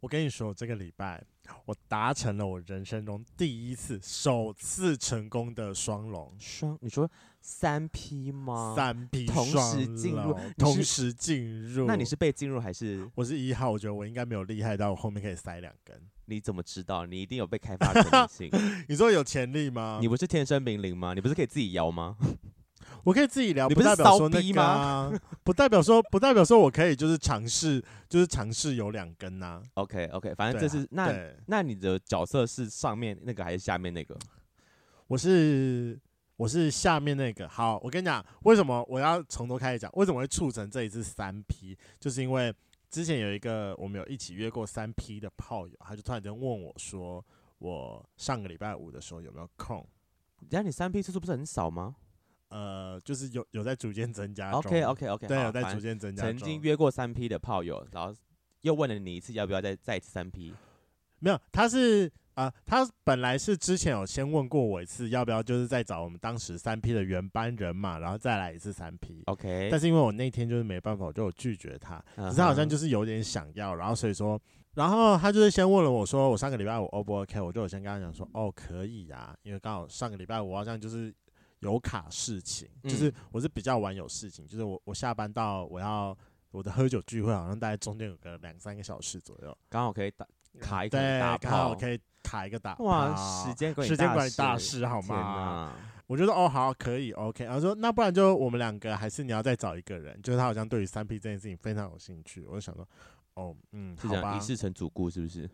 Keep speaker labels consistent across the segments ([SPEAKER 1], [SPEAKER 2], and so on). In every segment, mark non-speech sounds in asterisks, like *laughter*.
[SPEAKER 1] 我跟你说，这个礼拜我达成了我人生中第一次、首次成功的双龙。
[SPEAKER 2] 双，你说三 P 吗？
[SPEAKER 1] 三批
[SPEAKER 2] 啊同时
[SPEAKER 1] 双
[SPEAKER 2] 进入
[SPEAKER 1] 龙
[SPEAKER 2] 你是
[SPEAKER 1] 同时进入。
[SPEAKER 2] 那你是被进入还是
[SPEAKER 1] 我是一号，我觉得我应该没有厉害到我后面可以塞两根。
[SPEAKER 2] 你怎么知道？你一定有被开发的可
[SPEAKER 1] *laughs*
[SPEAKER 2] 能性。
[SPEAKER 1] 你说有潜力吗？
[SPEAKER 2] 你不是天生明灵吗？你不是可以自己摇吗？ *laughs*
[SPEAKER 1] 我可以自己聊，
[SPEAKER 2] 你
[SPEAKER 1] 不
[SPEAKER 2] 不是
[SPEAKER 1] 代表说
[SPEAKER 2] 骚
[SPEAKER 1] 那
[SPEAKER 2] 逼
[SPEAKER 1] 个、啊，不代表说不代表说我可以就是尝试，就是尝试有两根呐、
[SPEAKER 2] OK OK，反正
[SPEAKER 1] 对
[SPEAKER 2] 这
[SPEAKER 1] 啊
[SPEAKER 2] 是、那
[SPEAKER 1] 对，
[SPEAKER 2] 那你的角色是上面那个还是下面那个？
[SPEAKER 1] 我是我是下面那个。好，我跟你讲，为什么我要从头开始讲？为什么会促成这一次三 P？就是因为之前有一个我们有一起约过三 P 的炮友，他就突然间问我说，我上个礼拜五的时候有没有空？
[SPEAKER 2] 等下你三 P 次数不是很少吗
[SPEAKER 1] 呃，就是有有在逐渐增加中。
[SPEAKER 2] ？OK OK OK，
[SPEAKER 1] 对，
[SPEAKER 2] 好
[SPEAKER 1] 有在
[SPEAKER 2] 反
[SPEAKER 1] 逐
[SPEAKER 2] 正
[SPEAKER 1] 渐增加
[SPEAKER 2] 曾
[SPEAKER 1] 中
[SPEAKER 2] 经约过三 P 的炮友，然后又问了你一次要不要再再一次三 P。
[SPEAKER 1] 没有，他是啊、呃他本来是之前有先问过我一次，要不要就是再找我们当时三 P 的原班人马，然后再来一次三 P。
[SPEAKER 2] OK，
[SPEAKER 1] 但是因为我那天就是没办法，我就有拒绝他。
[SPEAKER 2] 嗯
[SPEAKER 1] 可是他好像
[SPEAKER 2] 哼
[SPEAKER 1] 就是有点想要，然后所以说，然后他就是先问了我说，我上个礼拜五 O 不 OK？我就有先跟他讲说，哦，可以啊，因为刚好上个礼拜五好像就是有卡事情，就是
[SPEAKER 2] 嗯
[SPEAKER 1] 我是比较晚有事情，就是我我下班到我要我的喝酒聚会，好像大概中间有个两三个小时左右。
[SPEAKER 2] 刚好可以打卡一个
[SPEAKER 1] 对，
[SPEAKER 2] 打
[SPEAKER 1] 刚好
[SPEAKER 2] 炮
[SPEAKER 1] 可以卡一个打
[SPEAKER 2] 哇，
[SPEAKER 1] 炮
[SPEAKER 2] 时间管理
[SPEAKER 1] 时间管理
[SPEAKER 2] 师
[SPEAKER 1] 大师好
[SPEAKER 2] 天
[SPEAKER 1] 吗？
[SPEAKER 2] 哪，
[SPEAKER 1] 我觉得哦好可以 OK，然后说那不然就我们两个，还是你要再找一个人，就是他好像对于三 P 这件事情非常有兴趣，我就想说哦嗯
[SPEAKER 2] 是
[SPEAKER 1] 好
[SPEAKER 2] 这样
[SPEAKER 1] 吧
[SPEAKER 2] 一，世成主顾是不是？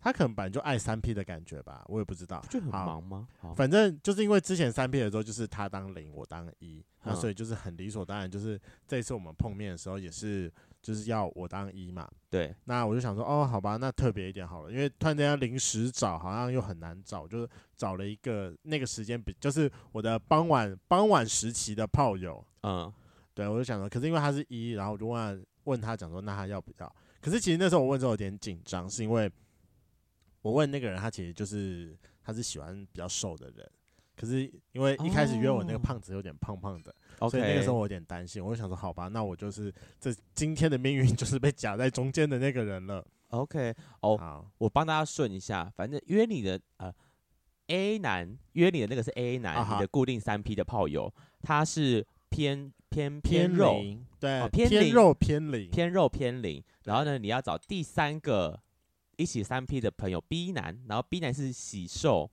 [SPEAKER 1] 他可能本来就爱三 P 的感觉吧，我也不知道，
[SPEAKER 2] 不就很
[SPEAKER 1] 好
[SPEAKER 2] 忙吗？哦好，
[SPEAKER 1] 反正就是因为之前三 P 的时候，就是他当零，我当一，那
[SPEAKER 2] 嗯
[SPEAKER 1] 所以就是很理所当然，就是这一次我们碰面的时候也是就是要我当一嘛，
[SPEAKER 2] 对，
[SPEAKER 1] 那我就想说，哦，好吧，那特别一点好了，因为突然间要临时找，好像又很难找，就是找了一个那个时间比，就是我的傍晚傍晚时期的炮友，
[SPEAKER 2] 嗯，
[SPEAKER 1] 对我就想说，可是因为他是一，然后我就问他问他讲说，那他要不要？可是其实那时候我问之后有点紧张，是因为我问那个人，他其实就是他是喜欢比较瘦的人，可是因为一开始约我那个
[SPEAKER 2] 哦
[SPEAKER 1] 胖子有点胖胖的，所
[SPEAKER 2] OK，
[SPEAKER 1] 以那个时候我有点担心，我就想说，好吧，那我就是这今天的命运 *laughs* 就是被夹在中间的那个人了。
[SPEAKER 2] OK，哦，
[SPEAKER 1] 好，
[SPEAKER 2] 我帮大家顺一下，反正约你的呃 A 男约你的那个是 A 男，
[SPEAKER 1] 啊哈
[SPEAKER 2] 你的固定三 P 的炮友，他是偏偏
[SPEAKER 1] 偏
[SPEAKER 2] 肉
[SPEAKER 1] 零，对，
[SPEAKER 2] 哦偏零
[SPEAKER 1] 肉偏零，
[SPEAKER 2] 偏肉偏零，然后呢，你要找第三个一起三 P 的朋友 B 男，然后 B 男是喜瘦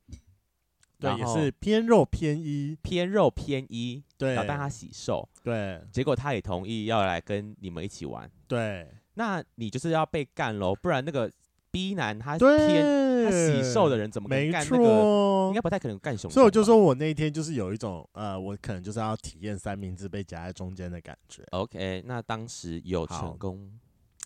[SPEAKER 1] 对，
[SPEAKER 2] 然
[SPEAKER 1] 也
[SPEAKER 2] 后
[SPEAKER 1] 是偏肉偏一，
[SPEAKER 2] 偏肉偏一，
[SPEAKER 1] 对
[SPEAKER 2] 然后，但他喜瘦，
[SPEAKER 1] 对
[SPEAKER 2] 结果他也同意要来跟你们一起玩，
[SPEAKER 1] 对
[SPEAKER 2] 那你就是要被干喽，不然那个 B 男他偏
[SPEAKER 1] 对，
[SPEAKER 2] 他喜瘦的人怎么可能
[SPEAKER 1] 没
[SPEAKER 2] 干那个？应
[SPEAKER 1] 错
[SPEAKER 2] 该。不太可能干熊，
[SPEAKER 1] 所以我就说我那一天就是有一种呃，我可能就是要体验三明治被夹在中间的感觉。
[SPEAKER 2] OK，那当时有
[SPEAKER 1] 好
[SPEAKER 2] 成功，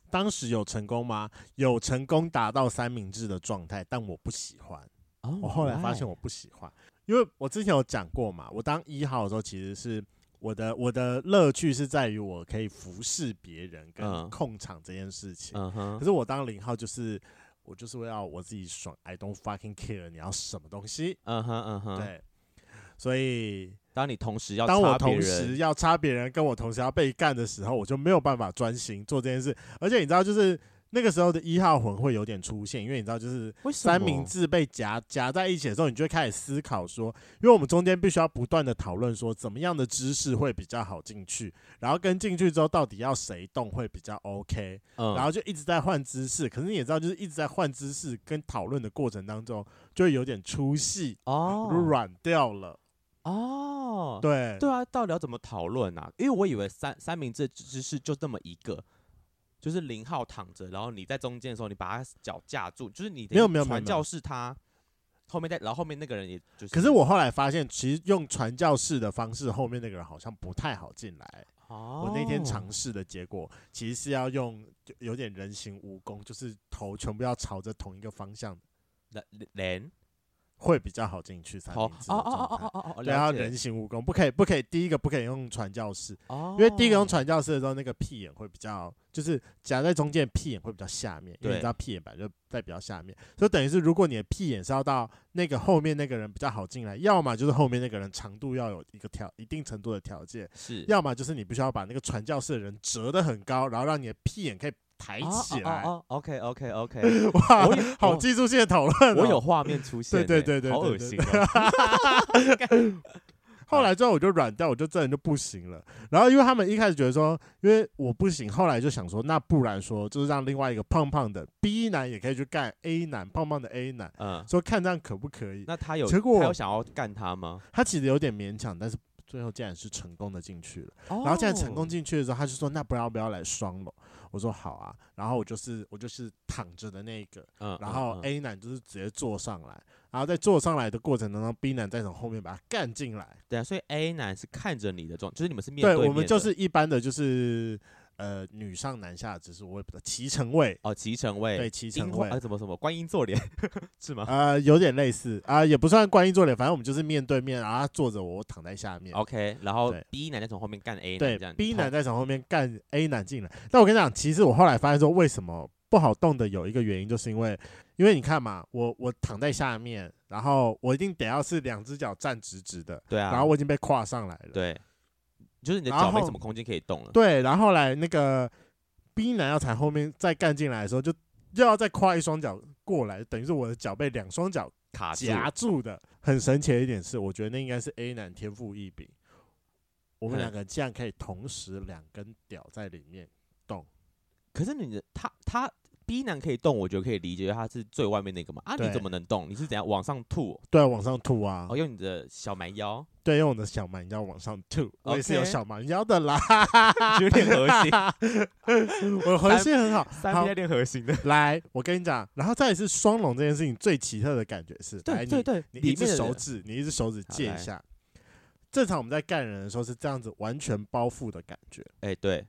[SPEAKER 1] 当时有成功吗？有成功达到三明治的状态，但我不喜欢。
[SPEAKER 2] 哦
[SPEAKER 1] 我后来发现
[SPEAKER 2] 我
[SPEAKER 1] 我不喜欢，因为我之前有讲过嘛，我当一号的时候，其实是我的我的乐趣是在于我可以服侍别人跟
[SPEAKER 2] 嗯
[SPEAKER 1] 控场这件事情。
[SPEAKER 2] 嗯
[SPEAKER 1] 可
[SPEAKER 2] 哼，
[SPEAKER 1] 是我当零号就是我就是为了我自己爽，I don't fucking care 你要什么东西。
[SPEAKER 2] 嗯哼，嗯哼，，
[SPEAKER 1] 对，所以
[SPEAKER 2] 当你同时要
[SPEAKER 1] 当我
[SPEAKER 2] 插别
[SPEAKER 1] 同时
[SPEAKER 2] 人，
[SPEAKER 1] 要插别人，跟我同时要被干的时候，我就没有办法专心做这件事。而且你知道，就是那个时候的一号魂会有点出现，因为你知道，就是
[SPEAKER 2] 为什么
[SPEAKER 1] 三明治被夹夹在一起的时候，你就会开始思考说，因为我们中间必须要不断的讨论说，怎么样的知识会比较好进去，然后跟进去之后到底要谁动会比较 OK，
[SPEAKER 2] 嗯，
[SPEAKER 1] 然后就一直在换姿势。可是你也知道，就是一直在换姿势跟讨论的过程当中，就会有点出戏，
[SPEAKER 2] 哦
[SPEAKER 1] 软掉了。
[SPEAKER 2] 哦，
[SPEAKER 1] 对，
[SPEAKER 2] 对啊，到底要怎么讨论啊？因为我以为三三明治只只是就那么一个。就是零号躺着，然后你在中间的时候，你把他脚架住，就是你等于
[SPEAKER 1] 没有没有没有
[SPEAKER 2] 传
[SPEAKER 1] 没有
[SPEAKER 2] 教士他后面再，然后后面那个人也就是，
[SPEAKER 1] 可是我后来发现，其实用传教士的方式，后面那个人好像不太好进来。
[SPEAKER 2] 哦
[SPEAKER 1] 我那天尝试的结果，其实是要用就有点人形蜈蚣，就是头全部要朝着同一个方向，
[SPEAKER 2] 人
[SPEAKER 1] 会比较好进去三
[SPEAKER 2] 头
[SPEAKER 1] 明
[SPEAKER 2] 哦
[SPEAKER 1] 治
[SPEAKER 2] 哦
[SPEAKER 1] 的
[SPEAKER 2] 哦
[SPEAKER 1] 状
[SPEAKER 2] 哦
[SPEAKER 1] 态。
[SPEAKER 2] 哦哦哦，
[SPEAKER 1] 对，要
[SPEAKER 2] 了解
[SPEAKER 1] 人形蜈蚣，不可以，不可以。第一个不可以用传教士，
[SPEAKER 2] 哦，
[SPEAKER 1] 因为第一个用传教士的时候，那个屁眼会比较，就是夹在中间，屁眼会比较下面，因为
[SPEAKER 2] 对
[SPEAKER 1] 你知道屁眼本来就在比较下面，所以等于是如果你的屁眼是要到那个后面那个人比较好进来，要么就是后面那个人长度要有一个条一定程度的条件，
[SPEAKER 2] 是
[SPEAKER 1] 要么就是你必须要把那个传教士的人折得很高，然后让你的屁眼可以抬起来。
[SPEAKER 2] 哦，OK OK OK，
[SPEAKER 1] 哇
[SPEAKER 2] 我有，
[SPEAKER 1] *laughs* 好技术性的讨论、哦。
[SPEAKER 2] 我有画面出现欸，
[SPEAKER 1] 对对对对
[SPEAKER 2] 好
[SPEAKER 1] 对
[SPEAKER 2] 恶
[SPEAKER 1] 对
[SPEAKER 2] 心
[SPEAKER 1] *laughs*
[SPEAKER 2] 哦。
[SPEAKER 1] 后来之后我就软掉，我就真的就不行了。然后因为他们一开始觉得说，因为我不行，后来就想说，那不然说就是让另外一个胖胖的 B 男也可以去干 A 男，胖胖的 A 男，
[SPEAKER 2] 嗯，
[SPEAKER 1] 说看这样可不可以？
[SPEAKER 2] 那他有，
[SPEAKER 1] 结果
[SPEAKER 2] 他有想要干他吗？
[SPEAKER 1] 他其实有点勉强，但是最后竟然是成功的进去了。
[SPEAKER 2] 然
[SPEAKER 1] 然后竟然成功
[SPEAKER 2] 嗯
[SPEAKER 1] 进去的时候，他就说那不要不要来双楼，我说好啊。然后我就是我就是躺着的那一个，
[SPEAKER 2] 嗯，嗯
[SPEAKER 1] 然后
[SPEAKER 2] 嗯
[SPEAKER 1] A 男就是直接坐上来，然后在坐上来的过程当中，B 男再从后面把他干进来。
[SPEAKER 2] 对啊，所以 A 男是看着你的状，就是你们是面
[SPEAKER 1] 对，
[SPEAKER 2] 面
[SPEAKER 1] 我们就
[SPEAKER 2] 的
[SPEAKER 1] 是一般的就是呃女上男下，只是我也不知道齐成位，
[SPEAKER 2] 哦，齐成位，
[SPEAKER 1] 对，齐成
[SPEAKER 2] 樱花
[SPEAKER 1] 位
[SPEAKER 2] 啊，，怎么什么观音坐莲 *laughs* 是吗
[SPEAKER 1] 呃，有点类似啊、也不算观音坐莲，反正我们就是面对面，然后他坐着我，我躺在下面。
[SPEAKER 2] ？OK，然后
[SPEAKER 1] 对
[SPEAKER 2] B 男再从后面干哦 A 男
[SPEAKER 1] 对
[SPEAKER 2] 这样嗯
[SPEAKER 1] ，B
[SPEAKER 2] 痛
[SPEAKER 1] 男在从后面干 A 男进来。但我跟你讲，其实我后来发现说，为什么不好动的有一个原因，就是因为，因为你看嘛，我我躺在下面，然后我一定得要是两只脚站直直的，
[SPEAKER 2] 对啊，
[SPEAKER 1] 然后我已经被跨上来了。
[SPEAKER 2] 对，就是你的
[SPEAKER 1] 然
[SPEAKER 2] 脚没
[SPEAKER 1] 后
[SPEAKER 2] 什么空间可以动了。
[SPEAKER 1] 对，然后后来那个 B 男要踩后面再干进来的时候，就又要再跨一双脚过来，等于是我的脚被两双脚
[SPEAKER 2] 卡住，
[SPEAKER 1] 夹住的。很神奇的一点是，我觉得那应该是 A 男天赋异禀，我们
[SPEAKER 2] 嗯
[SPEAKER 1] 两个竟然可以同时两根屌在里面。
[SPEAKER 2] 可是你的他他 B 男可以动，我觉得可以理解，因为他是最外面那个嘛。啊，你
[SPEAKER 1] 对
[SPEAKER 2] 怎么能动？你是怎样往上吐？
[SPEAKER 1] 对，往上吐啊！
[SPEAKER 2] 哦，用你的小
[SPEAKER 1] *laughs*
[SPEAKER 2] 蛮腰，
[SPEAKER 1] 对，用我的小蛮腰往上吐，我也是有
[SPEAKER 2] OK
[SPEAKER 1] 小蛮腰的啦。
[SPEAKER 2] 有点核心，
[SPEAKER 1] *laughs* 我核心很好。
[SPEAKER 2] 三
[SPEAKER 1] 好
[SPEAKER 2] P 在练核心的。
[SPEAKER 1] 来，我跟你讲，然后再来是双龙这件事情最奇特的感觉是，来你
[SPEAKER 2] 对对对，
[SPEAKER 1] 你
[SPEAKER 2] 里
[SPEAKER 1] 一只
[SPEAKER 2] 面的
[SPEAKER 1] 手
[SPEAKER 2] 人
[SPEAKER 1] 指，你一只手指
[SPEAKER 2] 好
[SPEAKER 1] 借
[SPEAKER 2] 来
[SPEAKER 1] 一下。正常我们在干人的时候是这样子，完全包覆的感觉。
[SPEAKER 2] 哎对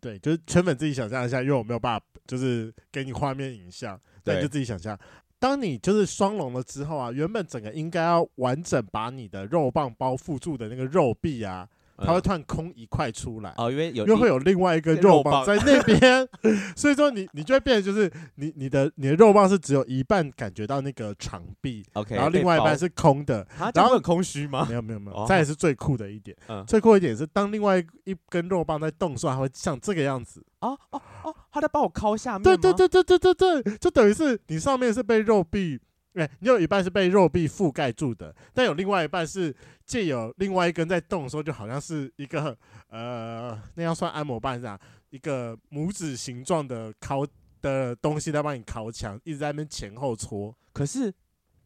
[SPEAKER 1] 对，就是圈粉自己想象一下，因为我没有办法，就是给你画面影像，那你
[SPEAKER 2] 对
[SPEAKER 1] 就自己想象。当你就是双龙了之后啊，原本整个应该要完整把你的肉棒包覆住的那个肉壁啊，它会
[SPEAKER 2] 嗯
[SPEAKER 1] 突然空一块出来，
[SPEAKER 2] 哦，因为有
[SPEAKER 1] 又
[SPEAKER 2] 力
[SPEAKER 1] 会有另外一个
[SPEAKER 2] 肉
[SPEAKER 1] 肉棒
[SPEAKER 2] 棒
[SPEAKER 1] 在那边， *laughs* 所以说你你就会变成就是你你的你的肉棒是只有一半感觉到那个长壁，
[SPEAKER 2] OK，
[SPEAKER 1] 然后另外一半
[SPEAKER 2] 是
[SPEAKER 1] 是空的，然
[SPEAKER 2] 然
[SPEAKER 1] 后
[SPEAKER 2] 后很空虚吗？
[SPEAKER 1] 没有没有没有，
[SPEAKER 2] 哦
[SPEAKER 1] 这也是最酷的一点。
[SPEAKER 2] 嗯
[SPEAKER 1] 最酷的一点是，当另外一根肉棒在动的时候，它会像这个样子。
[SPEAKER 2] 哦哦哦，他在帮我敲下面
[SPEAKER 1] 对对
[SPEAKER 2] 吗，
[SPEAKER 1] 对对对对对，就等于是你上面是被肉壁，哎、你有一半是被肉壁覆盖住的，但有另外一半是借有另外一根在动的时候，就好像是一个呃，那要算按摩棒是吧？一个拇指形状的敲的东西在帮你敲墙，一直在那边前后搓。
[SPEAKER 2] 可是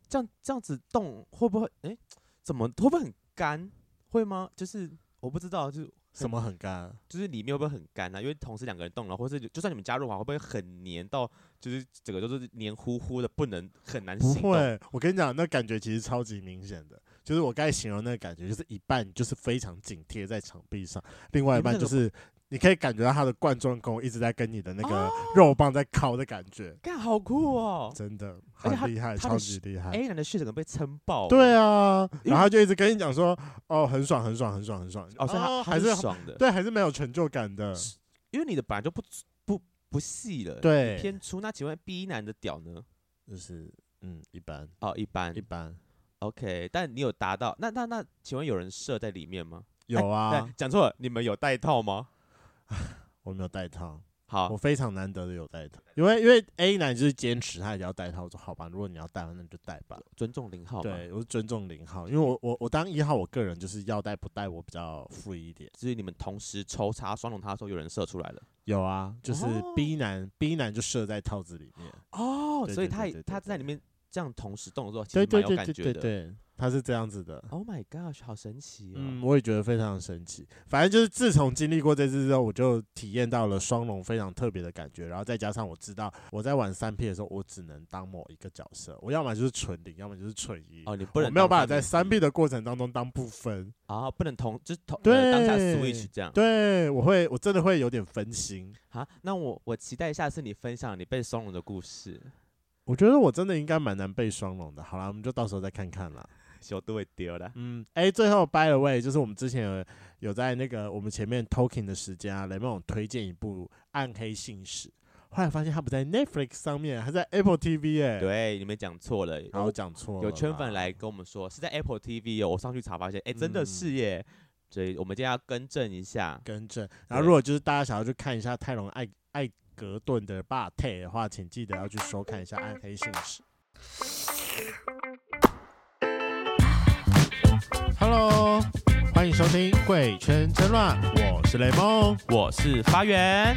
[SPEAKER 2] 这样这样子动会不会？哎、怎么会不会很干？会吗？就是我不知道，就是
[SPEAKER 1] 什么很干？
[SPEAKER 2] 就是里面会不会很干啊？因为同时两个人动了，或是就算你们加润滑，会不会很黏到就是整个都是黏糊糊的，不能很难
[SPEAKER 1] 不
[SPEAKER 2] 行动？
[SPEAKER 1] 会，我跟你讲，那感觉其实超级明显的，就是我刚才形容那个感觉，就是一半就是非常紧贴在墙壁上，另外一
[SPEAKER 2] 你们
[SPEAKER 1] 半
[SPEAKER 2] 那
[SPEAKER 1] 就
[SPEAKER 2] 个
[SPEAKER 1] 是你可以感觉到它的冠状沟一直在跟你的那个
[SPEAKER 2] 哦
[SPEAKER 1] 肉棒在烤的感觉，
[SPEAKER 2] 干好酷哦、
[SPEAKER 1] 真的
[SPEAKER 2] 而且它
[SPEAKER 1] 很厉害，
[SPEAKER 2] 它的
[SPEAKER 1] 超级
[SPEAKER 2] 是
[SPEAKER 1] 厉害。
[SPEAKER 2] a 男的血整个被撑爆，
[SPEAKER 1] 对，啊，
[SPEAKER 2] 因为
[SPEAKER 1] 然后就一直跟你讲说，哦，很爽，很爽，很爽，很爽，
[SPEAKER 2] 哦，所以他、他
[SPEAKER 1] 还是
[SPEAKER 2] 爽的，，
[SPEAKER 1] 对，还是没有成就感的。
[SPEAKER 2] 因为你的本来就不不不细了，
[SPEAKER 1] 对
[SPEAKER 2] 你偏粗。那请问 B 男的屌呢？
[SPEAKER 1] 就是嗯，一般
[SPEAKER 2] 哦，一般
[SPEAKER 1] 一般
[SPEAKER 2] OK，但你有达到？那那那，请问有人射在里面吗？
[SPEAKER 1] 有啊
[SPEAKER 2] 哎对，，讲错了，你们有带套吗？
[SPEAKER 1] 我没有带套，
[SPEAKER 2] 好
[SPEAKER 1] 我，非常难得的有戴套，因为因为 A 男就是坚持他也要戴套，我说好吧，如果你要戴，那你就戴吧。
[SPEAKER 2] 尊重零号嘛，
[SPEAKER 1] 对，我是尊重零号，因为我我我当一号，我个人就是要戴不戴我比较 free 一点。
[SPEAKER 2] 至于你们同时抽查双龙他的时候，有人射出来了
[SPEAKER 1] 有啊，就是
[SPEAKER 2] 哦
[SPEAKER 1] B 男、B 男就射在套子里面，
[SPEAKER 2] 哦
[SPEAKER 1] 对
[SPEAKER 2] 所以
[SPEAKER 1] 对
[SPEAKER 2] 他
[SPEAKER 1] 对
[SPEAKER 2] 也
[SPEAKER 1] 对对
[SPEAKER 2] 他
[SPEAKER 1] 对
[SPEAKER 2] 在里面这样同时动的时候，其
[SPEAKER 1] 对
[SPEAKER 2] 实
[SPEAKER 1] 对
[SPEAKER 2] 蛮有
[SPEAKER 1] 对
[SPEAKER 2] 感
[SPEAKER 1] 对
[SPEAKER 2] 觉
[SPEAKER 1] 对
[SPEAKER 2] 的。
[SPEAKER 1] 对，他是这样子的。
[SPEAKER 2] Oh my gosh，好神奇哦！
[SPEAKER 1] 嗯，我也觉得非常神奇。反正就是自从经历过这次之后，我就体验到了双龙非常特别的感觉，然后再加上我知道我在玩三 P 的时候，我只能当某一个角色，我要么就是纯零，要么就是纯一。
[SPEAKER 2] 哦，你不
[SPEAKER 1] 我
[SPEAKER 2] 能
[SPEAKER 1] 没有
[SPEAKER 2] 当
[SPEAKER 1] 办法
[SPEAKER 2] 上
[SPEAKER 1] 在
[SPEAKER 2] 面
[SPEAKER 1] 三 P 的过程当中当不分，
[SPEAKER 2] 啊，不能同就是同呃当下
[SPEAKER 1] 对
[SPEAKER 2] switch 这样
[SPEAKER 1] 对我会我真的会有点分心。
[SPEAKER 2] 啊。那我我期待下次你分享你被双龙的故事，
[SPEAKER 1] *laughs* 我觉得我真的应该蛮难被双龙的。好啦，我们就到时候再看看啦。
[SPEAKER 2] 小都会丢了。
[SPEAKER 1] 嗯，哎，最后 by the way，就是我们之前有有在那个我们前面 talking 的时间啊，雷梦有推荐一部《暗黑信使》，后来发现它不在 Netflix 上面，它在 Apple TV 哎、
[SPEAKER 2] 对，你们讲错了，
[SPEAKER 1] 然后
[SPEAKER 2] 我
[SPEAKER 1] 讲错了啦，
[SPEAKER 2] 有圈粉来跟我们说是在 Apple TV 哦，我上去查发现，哎、真的
[SPEAKER 1] 嗯
[SPEAKER 2] 是耶，所以我们今天要更正一下。
[SPEAKER 1] 更正。然后
[SPEAKER 2] 对
[SPEAKER 1] 如果就是大家想要去看一下泰隆爱爱格顿的 Bar t a 的话，请记得要去收看一下《暗黑信使》。Hello，欢迎收听《贵圈争乱》，我是雷梦。
[SPEAKER 2] 我是发源，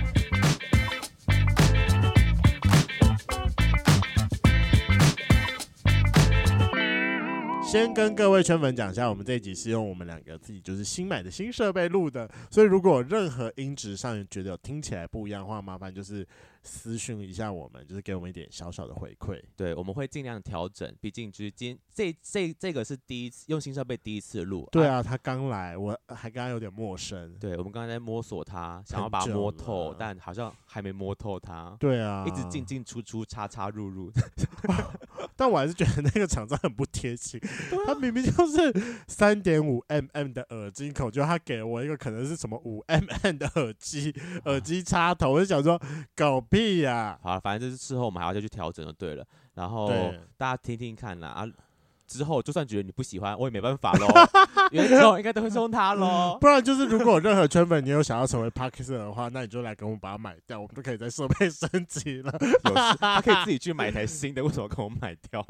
[SPEAKER 1] 先跟各位圈粉讲一下，我们这一集是用我们两个自己就是新买的新设备录的，所以如果有任何音质上觉得有听起来不一样的话，麻烦就是私讯一下我们，就是给我们一点小小的回馈。
[SPEAKER 2] 对，我们会尽量调整，毕竟就是今这这这个是第一次用新设备第一次录，
[SPEAKER 1] 对，啊，他刚来，我还跟他有点陌生。
[SPEAKER 2] 对我们刚才在摸索它，想要
[SPEAKER 1] 很
[SPEAKER 2] 把它
[SPEAKER 1] 久
[SPEAKER 2] 摸
[SPEAKER 1] 了
[SPEAKER 2] 透，但好像还没摸透它，
[SPEAKER 1] 对啊，
[SPEAKER 2] 一直进。进出出，插插入入， *laughs*
[SPEAKER 1] 但我还是觉得那个厂商很不贴心，
[SPEAKER 2] 啊
[SPEAKER 1] 他明明就是三点五 mm 的耳机孔，就他给我一个可能是什么五 mm 的耳机耳机插头，我就想说狗屁呀、
[SPEAKER 2] 好了，反正就是事后我们还要再去调整就对了。然后
[SPEAKER 1] 对
[SPEAKER 2] 大家听听看啦啊，之后就算觉得你不喜欢，我也没办法喽，因为之后应该都会送他喽。
[SPEAKER 1] *laughs* 不然就是如果有任何圈粉你有想要成为 Parkinson 的话，那你就来跟我们把它买掉，我们就可以在设备 *laughs* 升级了。
[SPEAKER 2] 有事他可以自己去买一台新的，为什么跟我买掉？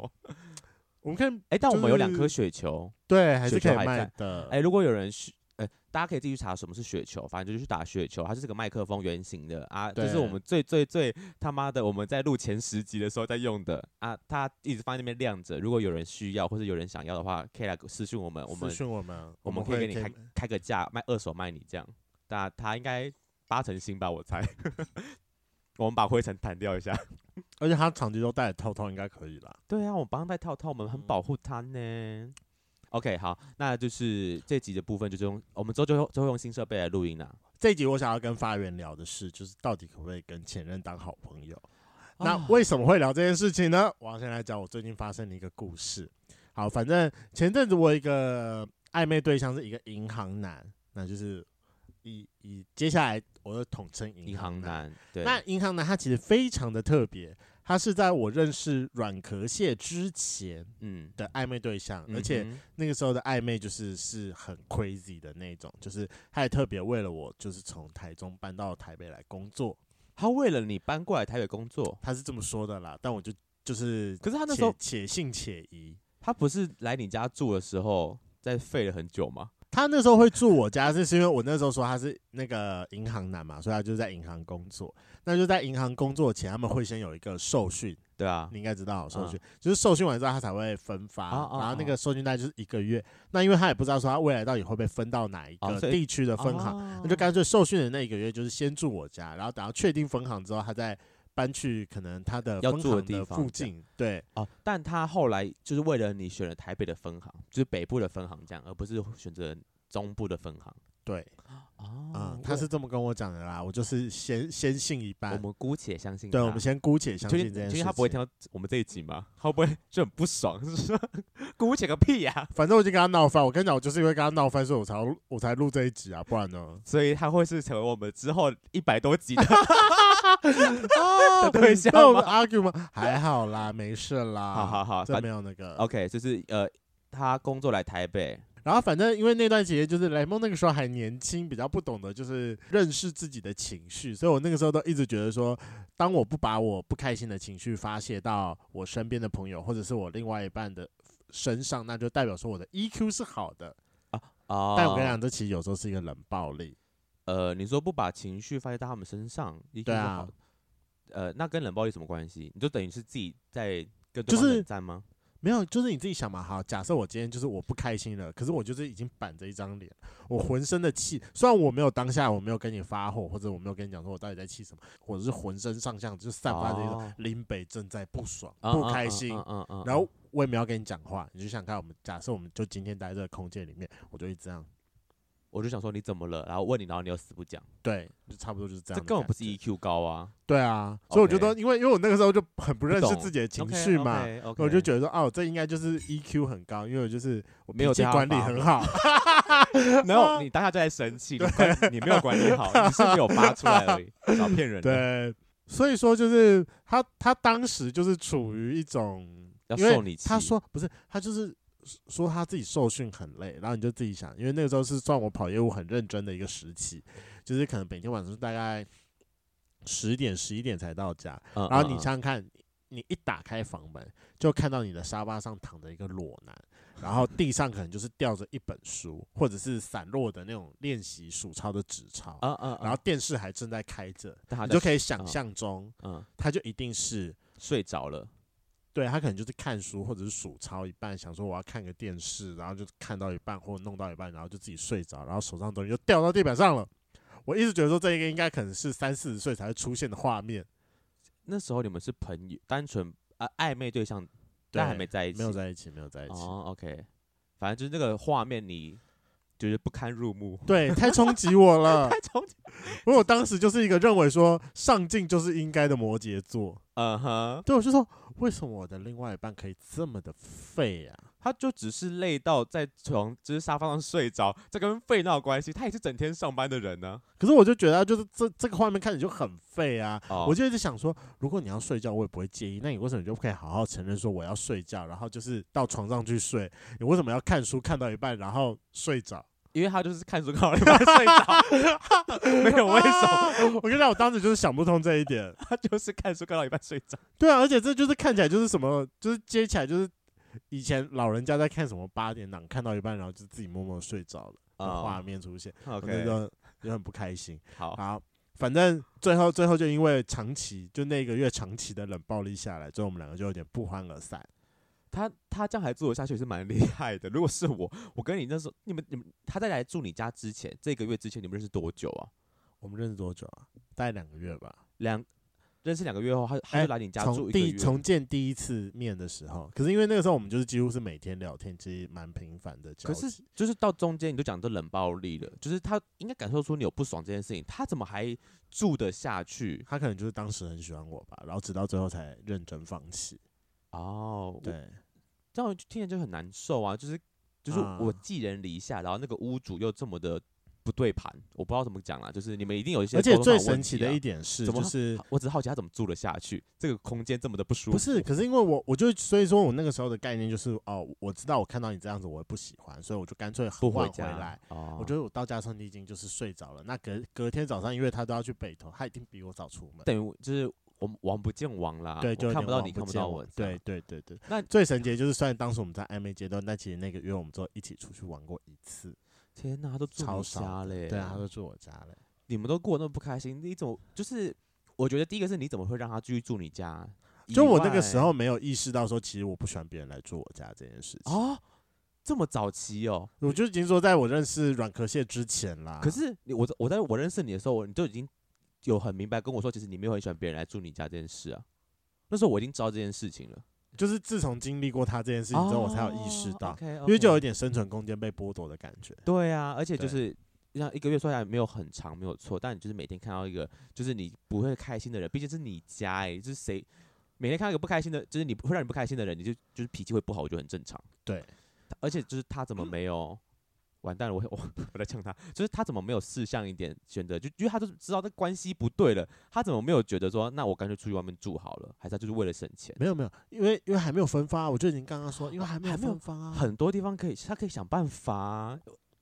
[SPEAKER 1] 我们可以
[SPEAKER 2] *laughs* 哎、但我们有两
[SPEAKER 1] 就是
[SPEAKER 2] 颗雪球，
[SPEAKER 1] 对还是可
[SPEAKER 2] 雪球
[SPEAKER 1] 以
[SPEAKER 2] 还
[SPEAKER 1] 卖
[SPEAKER 2] 在
[SPEAKER 1] 的。
[SPEAKER 2] 哎、如果有人需，呃，大家可以自己去查什么是雪球，反正就去打雪球，它就是个麦克风圆形的啊，就是我
[SPEAKER 1] 对
[SPEAKER 2] 们最最最他妈的我们在录前十集的时候在用的啊，它一直放在那边亮着。如果有人需要或者有人想要的话，可以来私信我们，我们
[SPEAKER 1] 私讯我们，
[SPEAKER 2] 我们
[SPEAKER 1] 会
[SPEAKER 2] 可以给你
[SPEAKER 1] 给
[SPEAKER 2] 开开个价，卖二手卖你这样。那他应该八成新吧，我猜。 *laughs* 我们把灰尘弹掉一下。
[SPEAKER 1] 而且他长期都戴套套，应该可以啦。
[SPEAKER 2] 对啊，我帮他戴套套，我
[SPEAKER 1] 嗯
[SPEAKER 2] 们很保护他呢。OK，好，那就是这集的部分，就是用我们之后就用之后用新设备来录音啦。
[SPEAKER 1] 这一集我想要跟发源聊的是，就是到底可不可以跟前任当好朋友？那
[SPEAKER 2] 啊
[SPEAKER 1] 为什么会聊这件事情呢？我要先来讲我最近发生的一个故事。好，反正前阵子我有一个暧昧对象是一个银行男，那就是以以接下来我就统称银
[SPEAKER 2] 银行
[SPEAKER 1] 男。
[SPEAKER 2] 男，对，
[SPEAKER 1] 那银行男他其实非常的特别，他是在我认识软壳蟹之前
[SPEAKER 2] 嗯，
[SPEAKER 1] 的暧昧对象，而且
[SPEAKER 2] 嗯哼
[SPEAKER 1] 那个时候的暧昧就是是很 crazy 的那种，就是他也特别为了我，就是从台中搬到台北来工作，
[SPEAKER 2] 他为了你搬过来台北工作，
[SPEAKER 1] 他是这么说的啦。但我就就是且，
[SPEAKER 2] 可是他那时候
[SPEAKER 1] 且信且疑，
[SPEAKER 2] 他不是来你家住的时候在废了很久吗？
[SPEAKER 1] 他那时候会住我家，是是因为我那时候说他是那个银行男嘛，所以他就在银行工作。那就在银行工作前，他们会先有一个受训，
[SPEAKER 2] 对啊
[SPEAKER 1] 你，应该知道受训，就是受训完之后他才会分发，
[SPEAKER 2] 啊啊
[SPEAKER 1] 然后那
[SPEAKER 2] 啊
[SPEAKER 1] 个受训带就是一个月。那因为他也不知道说他未来到底会不会分到哪一
[SPEAKER 2] 哦
[SPEAKER 1] 个
[SPEAKER 2] 所以
[SPEAKER 1] 地区的分行，
[SPEAKER 2] 行
[SPEAKER 1] 那就干脆受训的那一个月就是先住我家，然后等到确定分行之后，他再搬去可能他的
[SPEAKER 2] 要
[SPEAKER 1] 分
[SPEAKER 2] 住的
[SPEAKER 1] 行
[SPEAKER 2] 地
[SPEAKER 1] 的
[SPEAKER 2] 方
[SPEAKER 1] 附
[SPEAKER 2] 这样
[SPEAKER 1] 近。对
[SPEAKER 2] 哦，但他后来就是为了你选了台北的分行，就是北部的分行这样，而不是选择中部的分行。
[SPEAKER 1] 对，
[SPEAKER 2] 哦
[SPEAKER 1] 啊、他是这么跟我讲的啦，我就是先先信一
[SPEAKER 2] 我
[SPEAKER 1] 半。
[SPEAKER 2] 们姑且相信他。
[SPEAKER 1] 对，我们先姑且相
[SPEAKER 2] 确
[SPEAKER 1] 信
[SPEAKER 2] 定
[SPEAKER 1] 这件事
[SPEAKER 2] 确定他不会
[SPEAKER 1] 情。
[SPEAKER 2] 听到我们这一集吗？他会不会就很不爽？ *laughs* 是说姑且个屁呀、？
[SPEAKER 1] 反正我已经跟他闹翻，我跟你讲，我就是因为跟他闹翻，所以我才要录我才录这一集啊，不然呢 *laughs*
[SPEAKER 2] 所以他会是成为我们之后一百多集的的对象
[SPEAKER 1] 那我们
[SPEAKER 2] 吗？
[SPEAKER 1] argue 吗？还好啦，没事啦。
[SPEAKER 2] 好好好，
[SPEAKER 1] 这
[SPEAKER 2] 反
[SPEAKER 1] 没有那个。
[SPEAKER 2] OK，就是呃，他工作来台北，
[SPEAKER 1] 然后反正因为那段期间就是雷梦那个时候还年轻，比较不懂得就是认识自己的情绪，所以我那个时候都一直觉得说，当我不把我不开心的情绪发泄到我身边的朋友或者是我另外一半的身上，那就代表说我的 EQ 是好的。
[SPEAKER 2] 哦，
[SPEAKER 1] 但我跟你讲，这其实有时候是一个冷暴力。
[SPEAKER 2] 呃，你说不把情绪发泄到他们身上，一
[SPEAKER 1] 对
[SPEAKER 2] 定是
[SPEAKER 1] 啊
[SPEAKER 2] 好的，呃，那跟冷暴力什么关系？你就等于是自己在跟
[SPEAKER 1] 就
[SPEAKER 2] 对方
[SPEAKER 1] 是
[SPEAKER 2] 冷战吗？
[SPEAKER 1] 没有，就是你自己想嘛。好，假设我今天就是我不开心了，可是我就是已经板着一张脸，我浑身的气，虽然我没有当下我没有跟你发火，或者我没有跟你讲说我到底在气什么，我是浑身上下就散发着一种
[SPEAKER 2] 哦
[SPEAKER 1] 林北正在不爽、
[SPEAKER 2] 嗯
[SPEAKER 1] 不开心，
[SPEAKER 2] 嗯嗯嗯嗯嗯
[SPEAKER 1] 然后我也没有跟你讲话，你就想看我们假设我们就今天待在这个空间里面，我就会这样，
[SPEAKER 2] 我就想说你怎么了，然后问你，然后你又死不讲，
[SPEAKER 1] 对，啊就差不多就是这
[SPEAKER 2] 这
[SPEAKER 1] 样。
[SPEAKER 2] 根本不是 EQ 高啊，
[SPEAKER 1] 对啊，所以我觉得，因为因为我那个时候就很不认识
[SPEAKER 2] 懂
[SPEAKER 1] 自己的情绪嘛。
[SPEAKER 2] o k
[SPEAKER 1] 我就觉得说，哦，这应该就是 EQ 很高，因为我就是我
[SPEAKER 2] 没有
[SPEAKER 1] 脾气
[SPEAKER 2] 对他
[SPEAKER 1] 管理
[SPEAKER 2] 发
[SPEAKER 1] 很好， *laughs*
[SPEAKER 2] 得没有，你当下就在生气，你管你没有管理好，你是没有发出
[SPEAKER 1] *laughs*
[SPEAKER 2] 来而已，然后骗人的，
[SPEAKER 1] 对，所以说就是他他当时就是处于一种，
[SPEAKER 2] 要
[SPEAKER 1] 因为
[SPEAKER 2] 受你气。
[SPEAKER 1] 他说不是他就是说他自己受训很累，然后你就自己想，因为那个时候是算我跑业务很认真的一个时期，就是可能每天晚上大概十点十一点才到家，
[SPEAKER 2] 嗯
[SPEAKER 1] 然后你
[SPEAKER 2] 嗯嗯
[SPEAKER 1] 想想看，你一打开房门，就看到你的沙发上躺着一个裸男，然后地上可能就是吊着一本书，或者是散落的那种练习数钞的纸钞，
[SPEAKER 2] 嗯嗯，嗯
[SPEAKER 1] 然后电视还正在开着，
[SPEAKER 2] 但他
[SPEAKER 1] 你
[SPEAKER 2] 在
[SPEAKER 1] 就可以想
[SPEAKER 2] 嗯
[SPEAKER 1] 象中，
[SPEAKER 2] 嗯
[SPEAKER 1] 他就一定是
[SPEAKER 2] 睡着了，
[SPEAKER 1] 对他可能就是看书或者是数抄一半，想说我要看个电视，然后就看到一半或弄到一半，然后就自己睡着，然后手上东西就掉到地板上了。我一直觉得说这一个应该可能是三四十岁才会出现的画面，
[SPEAKER 2] 那时候你们是朋友，单纯呃暧昧对象，
[SPEAKER 1] 对
[SPEAKER 2] 但还没在一起，
[SPEAKER 1] 没有在一起，没有在一起。
[SPEAKER 2] 哦，OK，反正就是那个画面你就是不堪入目，。
[SPEAKER 1] 对，太冲击我了
[SPEAKER 2] *laughs* 从
[SPEAKER 1] 因为我当时就是一个认为说上进就是应该的摩羯座，
[SPEAKER 2] 嗯哼，
[SPEAKER 1] 对我就说为什么我的另外一半可以这么的废啊？
[SPEAKER 2] 他就只是累到在床就是沙发上睡着，这跟废闹关系，他也是整天上班的人呢、
[SPEAKER 1] 可是我就觉得啊就是这这个画面看起来就很废啊，
[SPEAKER 2] 哦，
[SPEAKER 1] 我就一直想说，如果你要睡觉，我也不会介意。那你为什么就不可以好好承认说我要睡觉，然后就是到床上去睡？你为什么要看书看到一半然后睡着？ *laughs*
[SPEAKER 2] 因为他就是看书看到一半睡着， *laughs* 没有为什么，
[SPEAKER 1] 我跟你讲，我当时就是想不通这一点。
[SPEAKER 2] 他就是看书看到一半睡着。
[SPEAKER 1] 对啊，而且这就是看起来就是什么，就是接起来就是以前老人家在看什么八点档，看到一半然后就自己默默睡着了的画
[SPEAKER 2] 啊、
[SPEAKER 1] 面出现，
[SPEAKER 2] o
[SPEAKER 1] 我就
[SPEAKER 2] k
[SPEAKER 1] 就就很不开心。
[SPEAKER 2] 好，
[SPEAKER 1] 好，反正最后最后就因为长期就那个月长期的冷暴力下来，最后我们两个就有点不欢而散。
[SPEAKER 2] 他他这样还做得下去也是蛮厉害的。如果是我，我跟你那时候，你们你们他在来住你家之前，这个月之前你们认识多久啊？
[SPEAKER 1] 我们认识多久啊？大概两个月吧。
[SPEAKER 2] 两认识两个月后，他他
[SPEAKER 1] 哎
[SPEAKER 2] 就来你家住
[SPEAKER 1] 从
[SPEAKER 2] 一个
[SPEAKER 1] 第
[SPEAKER 2] 月，
[SPEAKER 1] 重见第一次面的时候，可是因为那个时候我们就是几乎是每天聊天，其实蛮频繁的交
[SPEAKER 2] 可
[SPEAKER 1] 集。
[SPEAKER 2] 是就是到中间你就讲这冷暴力了，就是他应该感受出你有不爽这件事情，他怎么还住得下去？
[SPEAKER 1] 他可能就是当时很喜欢我吧，然后直到最后才认真放弃。
[SPEAKER 2] 哦，我，
[SPEAKER 1] 对，
[SPEAKER 2] 这样听着就很难受啊，就是就是
[SPEAKER 1] 啊
[SPEAKER 2] 我寄人篱下，然后那个屋主又这么的不对盘，我不知道怎么讲啦，就是你们一定有一些
[SPEAKER 1] 而且
[SPEAKER 2] 沟通
[SPEAKER 1] 最
[SPEAKER 2] 上问
[SPEAKER 1] 神奇
[SPEAKER 2] 题
[SPEAKER 1] 的
[SPEAKER 2] 啊
[SPEAKER 1] 一点是，
[SPEAKER 2] 怎么
[SPEAKER 1] 就是
[SPEAKER 2] 好我只好奇他怎么住得下去，这个空间这么的不舒服。
[SPEAKER 1] 不是？可是因为我，我就所以说我那个时候的概念就是，哦，我知道我看到你这样子，我会不喜欢，所以我就干脆
[SPEAKER 2] 不
[SPEAKER 1] 不
[SPEAKER 2] 回
[SPEAKER 1] 回
[SPEAKER 2] 家
[SPEAKER 1] 来。
[SPEAKER 2] 哦，
[SPEAKER 1] 我觉得我到家的时候，你已经就是睡着了。那隔隔天早上，因为他都要去北投，他一定比我早出门。
[SPEAKER 2] 等于就是我们王不见王啦，
[SPEAKER 1] 对，
[SPEAKER 2] 啊我
[SPEAKER 1] 就有
[SPEAKER 2] 看
[SPEAKER 1] 点
[SPEAKER 2] 不到
[SPEAKER 1] 望
[SPEAKER 2] 你，看不
[SPEAKER 1] 见
[SPEAKER 2] 到
[SPEAKER 1] 我
[SPEAKER 2] 我，
[SPEAKER 1] 对，对对对。
[SPEAKER 2] 那
[SPEAKER 1] 最神奇的就是，虽然当时我们在暧昧阶段，但其实那个月我们之后一起出去玩过一次，
[SPEAKER 2] 天哪，他都住
[SPEAKER 1] 超
[SPEAKER 2] 你
[SPEAKER 1] 少
[SPEAKER 2] 家
[SPEAKER 1] 的
[SPEAKER 2] 嘞，
[SPEAKER 1] 对啊，他都住我家嘞。
[SPEAKER 2] 你们都过得那么不开心，你怎么就是？我觉得第一个是你怎么会让他继续住你家？
[SPEAKER 1] 就
[SPEAKER 2] 以
[SPEAKER 1] 我那个
[SPEAKER 2] 外
[SPEAKER 1] 时候没有意识到说，其实我不喜欢别人来住我家这件事情。
[SPEAKER 2] 哦，这么早期哦，
[SPEAKER 1] 我就已经说，在我认识软壳蟹之前啦。
[SPEAKER 2] 可是你我在我在我认识你的时候，你就已经有很明白跟我说，其实你没有很喜欢别人来住你家这件事啊。那时候我已经知道这件事情了，
[SPEAKER 1] 就是自从经历过他这件事情之后，我才有意识到，
[SPEAKER 2] 因
[SPEAKER 1] 因为就有一点生存空间被剥夺的感觉。
[SPEAKER 2] 对啊，而且就
[SPEAKER 1] 对
[SPEAKER 2] 是像一个月算下来没有很长，没有错，但你就是每天看到一个就是你不会开心的人，毕竟是你家哎、就是谁每天看到一个不开心的，就是你会让你不开心的人，你就就是脾气会不好，我觉得很正常。
[SPEAKER 1] 对
[SPEAKER 2] 他，而且就是他怎么没有？完蛋了， *laughs* 我我我在呛他，就是他怎么没有事项一点选择，就因为他就是知道这关系不对了，他怎么没有觉得说，那我干脆出去外面住好了，还是他就是为了省钱？
[SPEAKER 1] 没有没有，因为因为还没有分发啊，我就已经刚刚说，因为还没有
[SPEAKER 2] 还没有
[SPEAKER 1] 分发啊。
[SPEAKER 2] 很多地方可以，他可以想办法啊、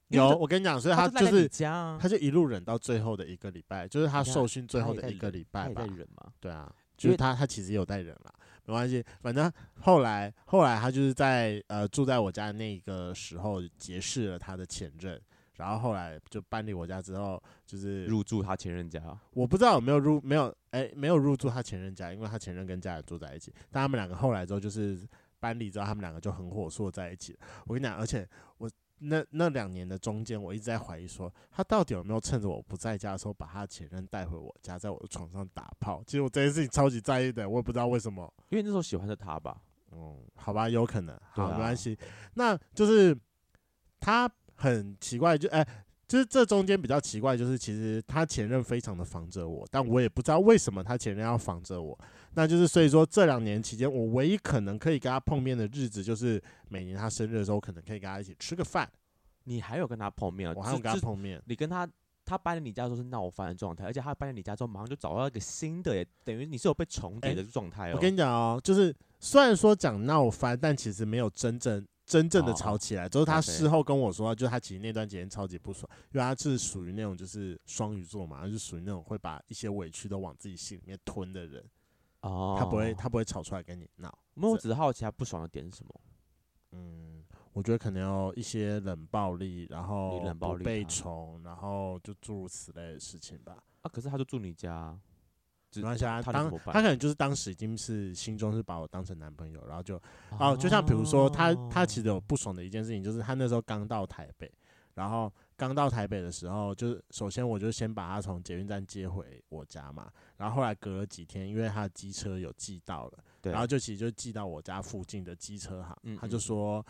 [SPEAKER 2] 因为
[SPEAKER 1] 有，
[SPEAKER 2] 这
[SPEAKER 1] 我跟你讲，所以他
[SPEAKER 2] 就赖
[SPEAKER 1] 就
[SPEAKER 2] 在你
[SPEAKER 1] 是
[SPEAKER 2] 家啊，
[SPEAKER 1] 他就一路忍到最后的一个礼拜，就是他
[SPEAKER 2] 你看
[SPEAKER 1] 受训最
[SPEAKER 2] 啊他
[SPEAKER 1] 后
[SPEAKER 2] 也
[SPEAKER 1] 的
[SPEAKER 2] 在
[SPEAKER 1] 一个
[SPEAKER 2] 忍
[SPEAKER 1] 礼
[SPEAKER 2] 他
[SPEAKER 1] 拜
[SPEAKER 2] 也
[SPEAKER 1] 吧
[SPEAKER 2] 在。忍嘛。
[SPEAKER 1] 对啊，
[SPEAKER 2] 因
[SPEAKER 1] 就
[SPEAKER 2] 为
[SPEAKER 1] 是他他其实也有带人啦，没关系，反正后来后来他就是在呃住在我家那个时候结识了他的前任，然后后来就搬离我家之后，就是
[SPEAKER 2] 入住他前任家。
[SPEAKER 1] 我不知道有没有入没有哎、没有入住他前任家，因为他前任跟家人住在一起，但他们两个后来之后就是搬离之后，他们两个就很火速地在一起了。我跟你讲，而且我那那两年的中间，我一直在怀疑说他到底有没有趁着我不在家的时候把他前任带回我家，在我的床上打炮。其实我这件事情超级在意的，我也不知道为什么。
[SPEAKER 2] 因为那时候喜欢的他吧，
[SPEAKER 1] 嗯，好吧，有可能，好，
[SPEAKER 2] 哦对啊
[SPEAKER 1] 没关系。那就是他很奇怪，就哎、就是这中间比较奇怪，就是其实他前任非常的防着我，但我也不知道为什么他前任要防着我。那就是所以说这两年期间，我唯一可能可以跟他碰面的日子，就是每年他生日的时候，我可能可以跟他一起吃个饭，
[SPEAKER 2] 你还有跟他碰面啊，
[SPEAKER 1] 我还有
[SPEAKER 2] 就
[SPEAKER 1] 跟他，
[SPEAKER 2] 就
[SPEAKER 1] 碰面。
[SPEAKER 2] 你跟他。他搬离你家的时候是闹翻的状态，而且他搬离你家之后，马上就找到一个新的耶，等于你是有被重叠
[SPEAKER 1] 哎
[SPEAKER 2] 的状态哦。
[SPEAKER 1] 我跟你讲哦，就是虽然说讲闹翻，但其实没有真正真正的
[SPEAKER 2] 哦
[SPEAKER 1] 吵起来，之后他
[SPEAKER 2] OK
[SPEAKER 1] 事后跟我说，就是他其实那段时间超级不爽，因为他是属于那种就是双鱼座嘛，他是属于那种会把一些委屈都往自己心里面吞的人，
[SPEAKER 2] 哦，
[SPEAKER 1] 他不会他不会吵出来跟你闹。
[SPEAKER 2] 没有，我只是好奇他不爽的点是什么。
[SPEAKER 1] 嗯，我觉得可能有一些冷暴力，然后
[SPEAKER 2] 冷暴
[SPEAKER 1] 不
[SPEAKER 2] 力
[SPEAKER 1] 被
[SPEAKER 2] 他
[SPEAKER 1] 宠，然后就诸如此类的事情吧。
[SPEAKER 2] 啊，可是他就住你家啊，
[SPEAKER 1] 没
[SPEAKER 2] 只
[SPEAKER 1] 关系啊，
[SPEAKER 2] 他能
[SPEAKER 1] 当
[SPEAKER 2] 怎么
[SPEAKER 1] 他
[SPEAKER 2] 办
[SPEAKER 1] 可能就是当时已经是心中是把我当成男朋友，然后就哦，就像比如说他
[SPEAKER 2] 哦
[SPEAKER 1] 他其实有不爽的一件事情，就是他那时候刚到台北，然后刚到台北的时候，就是首先我就先把他从捷运站接回我家嘛，然后后来隔了几天，因为他的机车有寄到了，
[SPEAKER 2] 对
[SPEAKER 1] 然后就其实就寄到我家附近的机车行，
[SPEAKER 2] 嗯
[SPEAKER 1] 他就
[SPEAKER 2] 嗯嗯
[SPEAKER 1] 说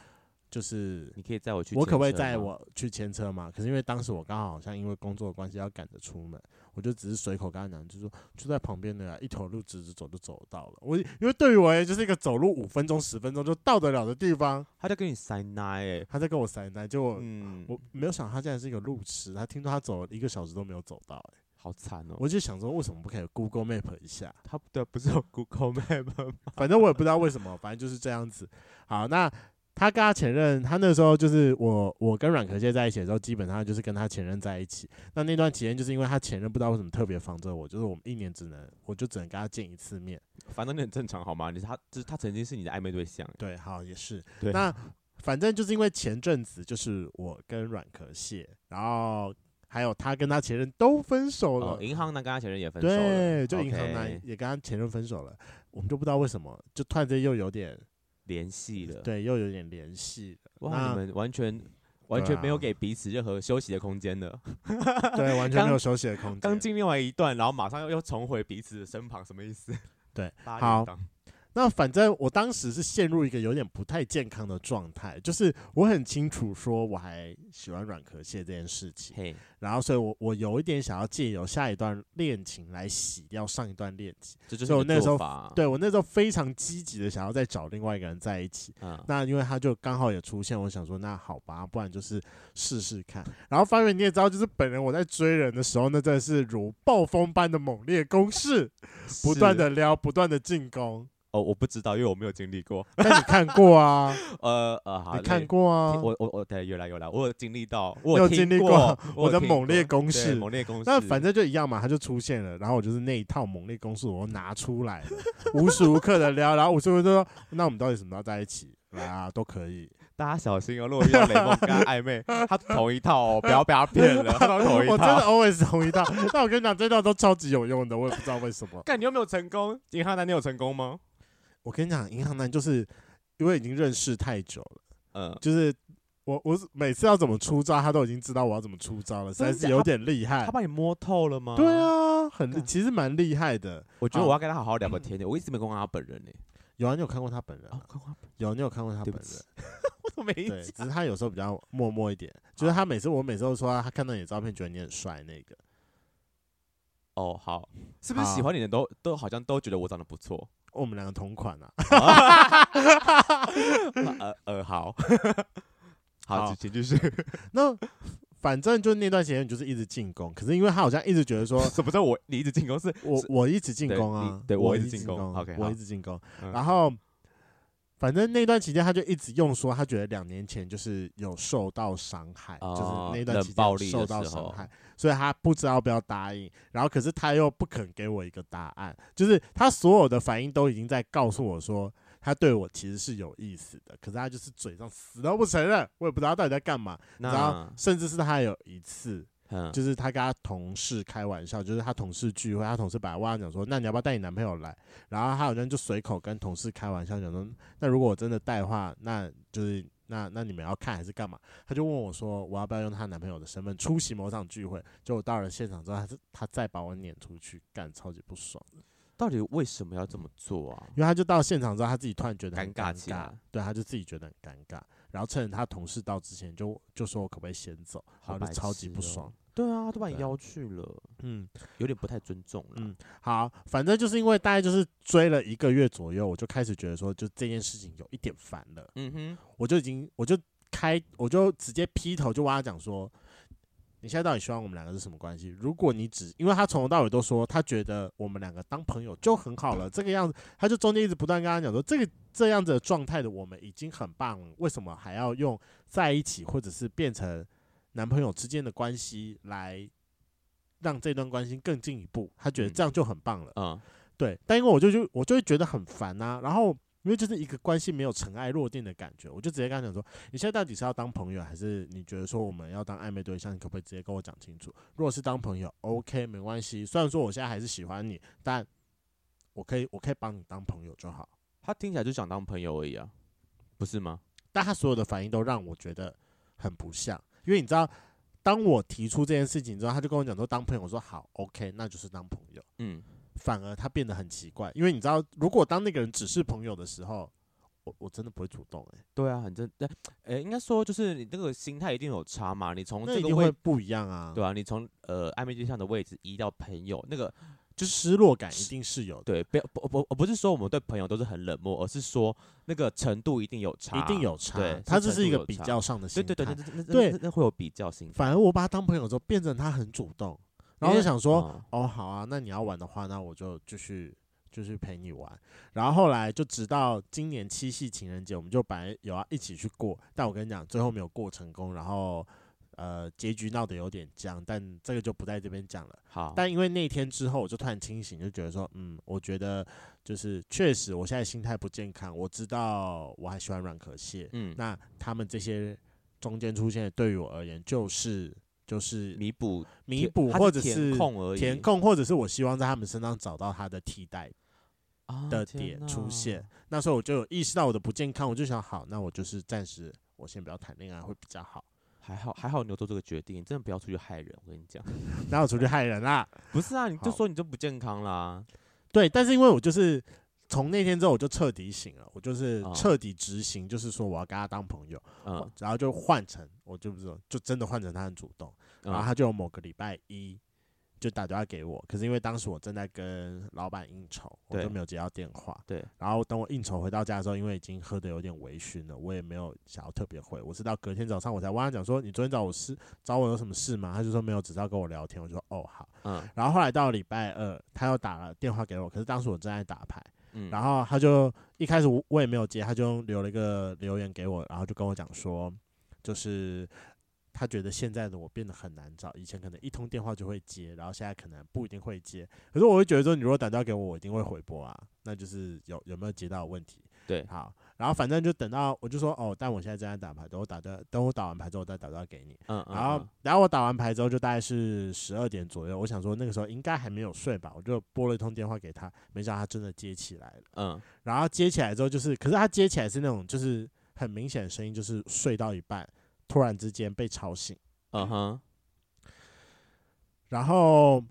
[SPEAKER 1] 就是
[SPEAKER 2] 你可以载我去牵车吗，
[SPEAKER 1] 我可不可以载我去牵车嘛？可是因为当时我刚好好像因为工作的关系要赶着出门，我就只是随口跟他讲，就说就在旁边的、啊，一头路直直走就走到了。我因为对于我而言就是一个走路五分钟十分钟就到得了的地方，
[SPEAKER 2] 他在跟你塞奶哎、
[SPEAKER 1] 他在跟我塞奶，结果、
[SPEAKER 2] 嗯，
[SPEAKER 1] 我没有想到他竟然是一个路痴，他听说他走了一个小时都没有走到、欸
[SPEAKER 2] 好惨哦、
[SPEAKER 1] 我就想说为什么不可以 Google Map 一下？
[SPEAKER 2] 他对啊不是有 Google Map 吗？
[SPEAKER 1] 反正我也不知道为什么，反正就是这样子。好，那他跟他前任，他那时候就是我，我跟阮壳蟹在一起的时候，基本上就是跟他前任在一起。那那段期间，就是因为他前任不知道为什么特别防着我，就是我们一年只能，我就只能跟他见一次面。
[SPEAKER 2] 反正你很正常好吗？你是他，就是他曾经是你的暧昧对象、欸，
[SPEAKER 1] 对，好，也是。
[SPEAKER 2] 对，
[SPEAKER 1] 那反正就是因为前阵子，就是我跟阮壳蟹，然后还有他跟他前任都分手了
[SPEAKER 2] 哦，，银行男跟他前任也分手了，
[SPEAKER 1] 对，就银行男
[SPEAKER 2] OK，
[SPEAKER 1] 也跟他前任分手了，我们就不知道为什么，就突然间又有点
[SPEAKER 2] 联系了，，
[SPEAKER 1] 对，又有点联系了。
[SPEAKER 2] 哇，
[SPEAKER 1] 那
[SPEAKER 2] 你们完全完全没有
[SPEAKER 1] 对啊
[SPEAKER 2] 给彼此任何休息的空间的，
[SPEAKER 1] *laughs* 对，完全没有
[SPEAKER 2] 刚
[SPEAKER 1] 休息的空间。
[SPEAKER 2] *laughs* 刚经历完一段，然后马上又又重回彼此的身旁，什么意思？
[SPEAKER 1] *laughs* 对，
[SPEAKER 2] 八
[SPEAKER 1] 好
[SPEAKER 2] 月档
[SPEAKER 1] 那反正我当时是陷入一个有点不太健康的状态，就是我很清楚说我还喜欢软壳蟹这件事情，
[SPEAKER 2] 嘿，
[SPEAKER 1] 然后所以我我有一点想要借由下一段恋情来洗掉上一段恋情。
[SPEAKER 2] 这就
[SPEAKER 1] 所以
[SPEAKER 2] 是
[SPEAKER 1] 我
[SPEAKER 2] 你的
[SPEAKER 1] 那时候
[SPEAKER 2] 做法，嗯
[SPEAKER 1] 对我那时候非常积极的想要再找另外一个人在一起，
[SPEAKER 2] 嗯，
[SPEAKER 1] 那因为他就刚好也出现，我想说那好吧，不然就是试试看。然后方圆你也知道，就是本人我在追人的时候，那真的是如暴风般的猛烈攻势，不断
[SPEAKER 2] 是
[SPEAKER 1] 的撩，不断的进攻。
[SPEAKER 2] 哦，我不知道，因为我没有经历过，
[SPEAKER 1] 但你看过啊？
[SPEAKER 2] 呃呃， *laughs* 好
[SPEAKER 1] 你
[SPEAKER 2] 嘞，
[SPEAKER 1] 看过啊
[SPEAKER 2] 听？我我我对，有啦有啦，我有经历到，
[SPEAKER 1] 你
[SPEAKER 2] 我
[SPEAKER 1] 有
[SPEAKER 2] 听
[SPEAKER 1] 经历
[SPEAKER 2] 过
[SPEAKER 1] 过
[SPEAKER 2] 我
[SPEAKER 1] 我的
[SPEAKER 2] 听
[SPEAKER 1] 猛
[SPEAKER 2] 过
[SPEAKER 1] 烈攻
[SPEAKER 2] 对
[SPEAKER 1] 势
[SPEAKER 2] 猛烈攻势。
[SPEAKER 1] 那反正就一样嘛，他就出现了，然后我就是那一套猛烈攻势，我又拿出来了， *laughs* 无时无刻的撩，然后无时无刻就说，那我们到底什么时候在一起？来啊，都可以。
[SPEAKER 2] 大家小心哦，如果遇到雷梦跟他暧昧，他同一
[SPEAKER 1] *laughs*
[SPEAKER 2] 套哦，不要被他骗了，他都同一套。哦
[SPEAKER 1] 我真的 always 同一套。但我跟你讲，这套都超级有用的，我也不知道为什么。
[SPEAKER 2] 干，你有没有成功？银行男你有成功吗？
[SPEAKER 1] 我跟你讲，银行男就是因为已经认识太久了，
[SPEAKER 2] 嗯，
[SPEAKER 1] 就是我我每次要怎么出招，他都已经知道我要怎么出招了，实在
[SPEAKER 2] 真
[SPEAKER 1] 是
[SPEAKER 2] 假哦
[SPEAKER 1] 有点厉害
[SPEAKER 2] 他。把你摸透了吗？啊
[SPEAKER 1] 对，啊，很
[SPEAKER 2] 干
[SPEAKER 1] 其实蛮厉害的。
[SPEAKER 2] 我觉得我要跟他好好聊个天的，我一直没看过他本人呢。
[SPEAKER 1] 有啊，你有看过他本人
[SPEAKER 2] *laughs* 哦
[SPEAKER 1] 啊？，
[SPEAKER 2] 看过他本人，
[SPEAKER 1] 有，你有看过他
[SPEAKER 2] 对
[SPEAKER 1] 本
[SPEAKER 2] 不
[SPEAKER 1] 人
[SPEAKER 2] 起？我怎么没
[SPEAKER 1] 对，只
[SPEAKER 2] 讲？
[SPEAKER 1] 是他有时候比较默默一点，就是他每次我每次都说他他看到你的照片觉得你很帅那个，
[SPEAKER 2] 哦，好，是不是
[SPEAKER 1] 好
[SPEAKER 2] 喜欢你的都都好像都觉得我长得不 *laughs* 错？
[SPEAKER 1] 我们两个同款啊。 *laughs*
[SPEAKER 2] 呃呃，好， *laughs* 好，
[SPEAKER 1] 好
[SPEAKER 2] 请请继续。
[SPEAKER 1] 那反正就那段时间你就是一直进攻，可是因为他好像一直觉得说
[SPEAKER 2] 什么时候我你一直进攻是
[SPEAKER 1] 我我一直进
[SPEAKER 2] 对
[SPEAKER 1] 攻
[SPEAKER 2] 你
[SPEAKER 1] 啊，
[SPEAKER 2] 对我
[SPEAKER 1] 我
[SPEAKER 2] 一直
[SPEAKER 1] 直
[SPEAKER 2] 进
[SPEAKER 1] 进
[SPEAKER 2] 攻，OK，
[SPEAKER 1] 我
[SPEAKER 2] 好
[SPEAKER 1] 一直进攻，
[SPEAKER 2] 嗯
[SPEAKER 1] 然后。反正那段期间，他就一直用说，他觉得两年前就是有受到伤害，
[SPEAKER 2] 哦
[SPEAKER 1] 就是那段
[SPEAKER 2] 冷
[SPEAKER 1] 期间
[SPEAKER 2] 暴
[SPEAKER 1] 有
[SPEAKER 2] 力
[SPEAKER 1] 受
[SPEAKER 2] 的
[SPEAKER 1] 到
[SPEAKER 2] 时
[SPEAKER 1] 伤
[SPEAKER 2] 候
[SPEAKER 1] 害，所以他不知道要不要答应，然后可是他又不肯给我一个答案，就是他所有的反应都已经在告诉我说他对我其实是有意思的，可是他就是嘴上死都不承认，我也不知道他到底在干嘛。然后
[SPEAKER 2] 那
[SPEAKER 1] 甚至是他有一次，
[SPEAKER 2] 嗯
[SPEAKER 1] 就是他跟他同事开玩笑，就是他同事聚会，他同事本来问他讲说，那你要不要带你男朋友来？然后他好像就随口跟同事开玩笑讲说，那如果我真的带的话，那就是那那你们要看还是干嘛？他就问我说，我要不要用她男朋友的身份出席某场聚会？结果到了现场之后，他是他再把我撵出去，干超级不爽，
[SPEAKER 2] 到底为什么要这么做啊？
[SPEAKER 1] 因为他就到现场之后，他自己突然觉得很
[SPEAKER 2] 尴
[SPEAKER 1] 尴
[SPEAKER 2] 尬起来
[SPEAKER 1] 对，他就自己觉得很尴尬，然后趁着他同事到之前就就说我可不可以先走，然后就
[SPEAKER 2] 白
[SPEAKER 1] 超级
[SPEAKER 2] 痴
[SPEAKER 1] 不
[SPEAKER 2] 哦
[SPEAKER 1] 爽，
[SPEAKER 2] 对啊，都把你
[SPEAKER 1] 对
[SPEAKER 2] 邀去了，
[SPEAKER 1] 嗯。
[SPEAKER 2] 有点不太尊重了。
[SPEAKER 1] 嗯好，反正就是因为大概就是追了一个月左右，我就开始觉得说，就这件事情有一点烦了，
[SPEAKER 2] 嗯哼，
[SPEAKER 1] 我就已经我就开我就直接劈头就跟他讲说，你现在到底希望我们两个是什么关系？如果你只因为他从头到尾都说他觉得我们两个当朋友就很好了，这个样子，他就中间一直不断跟他讲说，这个这样子的状态的我们已经很棒了，为什么还要用在一起或者是变成男朋友之间的关系来让这段关系更进一步？他觉得
[SPEAKER 2] 嗯
[SPEAKER 1] 这样就很棒了。
[SPEAKER 2] 嗯，
[SPEAKER 1] 对，但因为我就就我就会觉得很烦呐、然后因为就是一个关系没有尘埃落定的感觉，我就直接跟他讲说，你现在到底是要当朋友，还是你觉得说我们要当暧昧对象？你可不可以直接跟我讲清楚？如果是当朋友，OK，没关系。虽然说我现在还是喜欢你，但我可以我可以帮你当朋友就好。
[SPEAKER 2] 他听起来就想当朋友而已啊，不是吗？
[SPEAKER 1] 但他所有的反应都让我觉得很不像，因为你知道，当我提出这件事情之后，他就跟我讲说当朋友，我说好，OK，那就是当朋友。
[SPEAKER 2] 嗯，
[SPEAKER 1] 反而他变得很奇怪，因为你知道，如果当那个人只是朋友的时候，我我真的不会主动哎、
[SPEAKER 2] 对啊，很真，呃，诶应该说就是你那个心态一定有差嘛，你从
[SPEAKER 1] 那
[SPEAKER 2] 这
[SPEAKER 1] 一
[SPEAKER 2] 个
[SPEAKER 1] 定会
[SPEAKER 2] 位，
[SPEAKER 1] 不一样啊，
[SPEAKER 2] 对啊，你从呃暧昧对象的位置移到朋友那个
[SPEAKER 1] 就失落感一定是有的，
[SPEAKER 2] 对，不要不不不是说我们对朋友都是很冷漠，而是说那个程度一定有差，
[SPEAKER 1] 一定有差
[SPEAKER 2] 对，，
[SPEAKER 1] 他这
[SPEAKER 2] 这
[SPEAKER 1] 是一个比，较上的
[SPEAKER 2] 对
[SPEAKER 1] 心态。
[SPEAKER 2] 对对对，那那
[SPEAKER 1] 对
[SPEAKER 2] 那那那会有比较心态，
[SPEAKER 1] 反而我把他当朋友之后，变成他很主动，然后
[SPEAKER 2] 因
[SPEAKER 1] 就
[SPEAKER 2] 为
[SPEAKER 1] 想说，
[SPEAKER 2] 嗯
[SPEAKER 1] 哦，好啊，那你要玩的话，那我就继续就去陪你玩。然后后来就直到今年七夕情人节，我们就本来有要一起去过，但我跟你讲，最后没有过成功，然后呃，结局闹得有点僵，但这个就不在这边讲了。
[SPEAKER 2] 好，
[SPEAKER 1] 但因为那天之后，我就突然清醒，就觉得说，嗯，我觉得就是确实，我现在心态不健康。我知道我还喜欢软壳蟹，
[SPEAKER 2] 嗯，
[SPEAKER 1] 那他们这些中间出现的，对于我而言，就是就是
[SPEAKER 2] 弥补
[SPEAKER 1] 弥
[SPEAKER 2] 填
[SPEAKER 1] 补
[SPEAKER 2] 它是
[SPEAKER 1] 或者
[SPEAKER 2] 填
[SPEAKER 1] 是
[SPEAKER 2] 空而已，
[SPEAKER 1] 填空，或者是我希望在他们身上找到他的替代。
[SPEAKER 2] 啊
[SPEAKER 1] 的
[SPEAKER 2] 天
[SPEAKER 1] 点
[SPEAKER 2] 哪
[SPEAKER 1] 出现那时候我就有意识到我的不健康，我就想，好，那我就是暂时我先不要谈恋爱会比较好，
[SPEAKER 2] 还好还好，你有做这个决定，真的不要出去害人。我跟你
[SPEAKER 1] *laughs*
[SPEAKER 2] 讲，
[SPEAKER 1] 然后出去害人啦、
[SPEAKER 2] 不是啊，你就
[SPEAKER 1] 好
[SPEAKER 2] 说你就不健康啦。
[SPEAKER 1] 对，但是因为我就是从那天之后，我就彻底醒了，我就是
[SPEAKER 2] 哦
[SPEAKER 1] 彻底执行，就是说我要跟他当朋友，
[SPEAKER 2] 嗯，
[SPEAKER 1] 然后就换成我就不知道，就真的换成他很主动，然后
[SPEAKER 2] 嗯
[SPEAKER 1] 他就有某个礼拜一就打电话给我，可是因为当时我正在跟老板应酬，我
[SPEAKER 2] 对
[SPEAKER 1] 就没有接到电话。
[SPEAKER 2] 对，
[SPEAKER 1] 然后等我应酬回到家的时候，因为已经喝的有点微醺了，我也没有想要特别回，我是到隔天早上我才问他讲说，你昨天找我事找我有什么事吗？他就说没有，只是要跟我聊天。我就说哦好。
[SPEAKER 2] 嗯
[SPEAKER 1] 然后后来到礼拜二，他又打了电话给我，可是当时我正在打牌，
[SPEAKER 2] 嗯，
[SPEAKER 1] 然后他就一开始我我也没有接，他就留了一个留言给我，然后就跟我讲说，就是他觉得现在的我变得很难找，以前可能一通电话就会接，然后现在可能不一定会接。可是我会觉得说，你如果打电话给我，我一定会回拨啊，那就是有有没有接到的问题。
[SPEAKER 2] 对
[SPEAKER 1] 好，然后反正就等到我就说哦，但我现在正在打牌，等我打的等我打完牌之后再打电话给你。
[SPEAKER 2] 嗯嗯，
[SPEAKER 1] 然后
[SPEAKER 2] 嗯，
[SPEAKER 1] 然后我打完牌之后就大概是十二点左右，我想说那个时候应该还没有睡吧，我就拨了一通电话给他，没想到他真的接起来了。
[SPEAKER 2] 嗯，
[SPEAKER 1] 然后接起来之后就是，可是他接起来是那种就是很明显的声音，就是睡到一半突然之间被吵醒，
[SPEAKER 2] 嗯哼，
[SPEAKER 1] 然后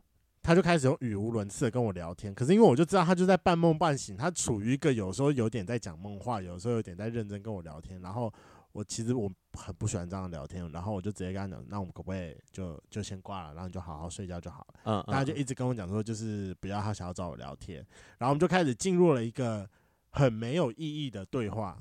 [SPEAKER 1] 他就开始用语无伦次的跟我聊天。可是因为我就知道他就在半梦半醒，他处于一个有时候有点在讲梦话，有时候有点在认真跟我聊天。然后我其实我很不喜欢这样聊天，然后我就直接跟他讲，那我们可不可以就就先挂了，然后你就好好睡觉就好了。
[SPEAKER 2] 嗯，
[SPEAKER 1] 大家
[SPEAKER 2] 嗯
[SPEAKER 1] 就一直跟我讲说，就是不要他想要找我聊天，然后我们就开始进入了一个很没有意义的对话。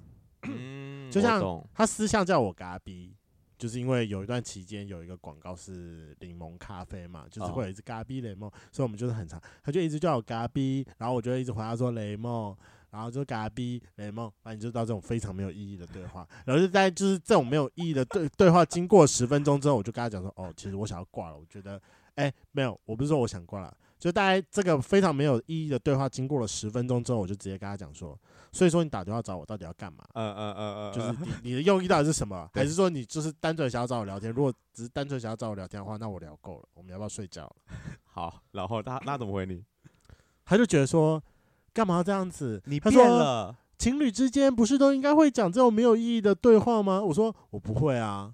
[SPEAKER 2] 嗯，
[SPEAKER 1] 就
[SPEAKER 2] 我
[SPEAKER 1] 像
[SPEAKER 2] 懂
[SPEAKER 1] 他私下叫我嘎逼，就是因为有一段期间有一个广告是柠檬咖啡嘛，就是
[SPEAKER 2] 哦
[SPEAKER 1] 会有一只嘎逼雷梦，所以我们就是很长，他就一直叫我嘎逼，然后我就一直回他说雷梦。然后就嘎逼雷梦，反正就到这种非常没有意义的对话，然后就在就是这种没有意义的对对话，经过十分钟之后，我就跟他讲说，哦，其实我想要挂了，我觉得，哎，没有，我不是说我想挂了，就大概这个非常没有意义的对话，经过了十分钟之后，我就直接跟他讲说，所以说你打电话找我到底要干嘛？
[SPEAKER 2] 嗯嗯嗯嗯， *laughs*
[SPEAKER 1] 就是
[SPEAKER 2] 嗯
[SPEAKER 1] 你你的用意到底是什么？啊
[SPEAKER 2] 对
[SPEAKER 1] 还是说你就是单纯想要找我聊天？如果只是单纯想要找我聊天的话，那我聊够了，我们要不要睡觉了？
[SPEAKER 2] 好，然后他那怎么回你？
[SPEAKER 1] 他就觉得说，干嘛要这样子？
[SPEAKER 2] 你
[SPEAKER 1] 他
[SPEAKER 2] 变
[SPEAKER 1] 说
[SPEAKER 2] 了，
[SPEAKER 1] 情侣之间不是都应该会讲这种没有意义的对话吗？我说我不会啊。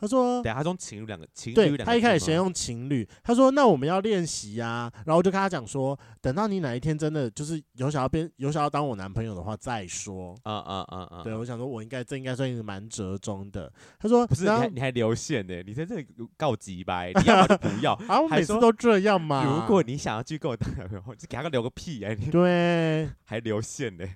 [SPEAKER 1] 他说
[SPEAKER 2] 等，下他用情侣两个情侣
[SPEAKER 1] 对
[SPEAKER 2] 啊两个字吗，
[SPEAKER 1] 他一开始先用情侣，他说那我们要练习呀，然后我就跟他讲说，等到你哪一天真的就是有想要变有想要当我男朋友的话再说。
[SPEAKER 2] 嗯，嗯嗯嗯嗯，
[SPEAKER 1] 对，我想说，我应该这应该算是蛮折中的。他说
[SPEAKER 2] 不是你
[SPEAKER 1] 然后。
[SPEAKER 2] 还你还留线呢，你在这里告急白，你要么就不要
[SPEAKER 1] *laughs* 啊，我
[SPEAKER 2] 还
[SPEAKER 1] 每次
[SPEAKER 2] 说
[SPEAKER 1] 都这样嘛。
[SPEAKER 2] 如果你啊想要去跟我当男朋友，就给他个留个屁哎，你
[SPEAKER 1] 对，
[SPEAKER 2] 还留线呢。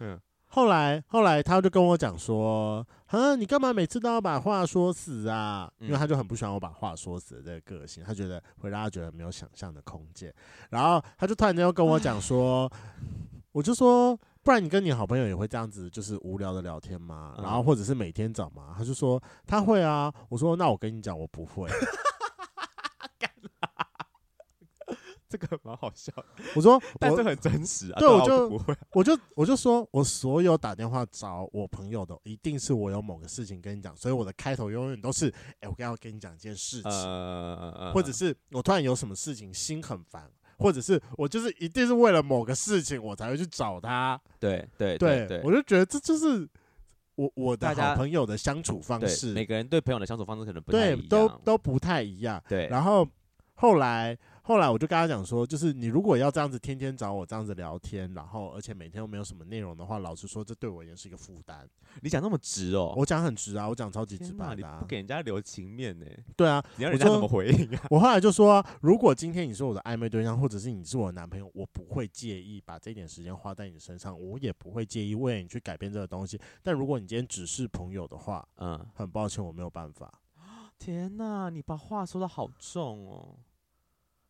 [SPEAKER 2] 嗯，
[SPEAKER 1] 后来后来他就跟我讲说，啊，你干嘛每次都要把话说死啊？因为
[SPEAKER 2] 嗯
[SPEAKER 1] 他就很不喜欢我把话说死的这个个性，他觉得会让他觉得没有想象的空间。然后他就突然间又跟我讲说， *sniffs* 我就说。不然你跟你好朋友也会这样子，就是无聊的聊天吗？
[SPEAKER 2] 嗯
[SPEAKER 1] 然后或者是每天找吗？他就说他会啊。我说那我跟你讲，我不会。
[SPEAKER 2] 这个蛮好笑的，
[SPEAKER 1] 我
[SPEAKER 2] *laughs*
[SPEAKER 1] 说
[SPEAKER 2] 但这
[SPEAKER 1] 我
[SPEAKER 2] 很真实啊。
[SPEAKER 1] 对
[SPEAKER 2] 啊
[SPEAKER 1] 我
[SPEAKER 2] 我
[SPEAKER 1] 就
[SPEAKER 2] 不会。
[SPEAKER 1] 我就我就说我所有打电话找我朋友的，一定是我有某个事情跟你讲，所以我的开头永远都是，哎、我刚要跟你讲一件事情，
[SPEAKER 2] 呃，
[SPEAKER 1] 或者是我突然有什么事情心很烦，或者是我就是一定是为了某个事情我才会去找他。
[SPEAKER 2] 对对
[SPEAKER 1] 呃对，
[SPEAKER 2] 哎对，
[SPEAKER 1] 我就觉得这就是我我的
[SPEAKER 2] 大家
[SPEAKER 1] 好朋友的相处方
[SPEAKER 2] 对
[SPEAKER 1] 式，
[SPEAKER 2] 每个人对朋友的相处方式可能不太
[SPEAKER 1] 对
[SPEAKER 2] 一，样，
[SPEAKER 1] 都都不太一样。
[SPEAKER 2] 对，
[SPEAKER 1] 然后后来后来我就跟他讲说，就是你如果要这样子天天找我这样子聊天，然后而且每天又没有什么内容的话，老实说，这对我也是一个负担。
[SPEAKER 2] 你讲那么直哦，
[SPEAKER 1] 我讲很直啊，我讲超级直
[SPEAKER 2] 天哪
[SPEAKER 1] 白
[SPEAKER 2] 你
[SPEAKER 1] 的、啊
[SPEAKER 2] 不。给人家留情面呢，
[SPEAKER 1] 对啊，
[SPEAKER 2] 你要
[SPEAKER 1] 我
[SPEAKER 2] 人家怎
[SPEAKER 1] 说
[SPEAKER 2] 么回应啊？
[SPEAKER 1] 我后来就说啊，如果今天你是我的暧昧对象，或者是你是我的男朋友，我不会介意把这点时间花在你身上，我也不会介意为了你去改变这个东西。但如果你今天只是朋友的话，
[SPEAKER 2] *laughs* 嗯，
[SPEAKER 1] 很抱歉，我没有办法。
[SPEAKER 2] 天哪，你把话说的好重哦，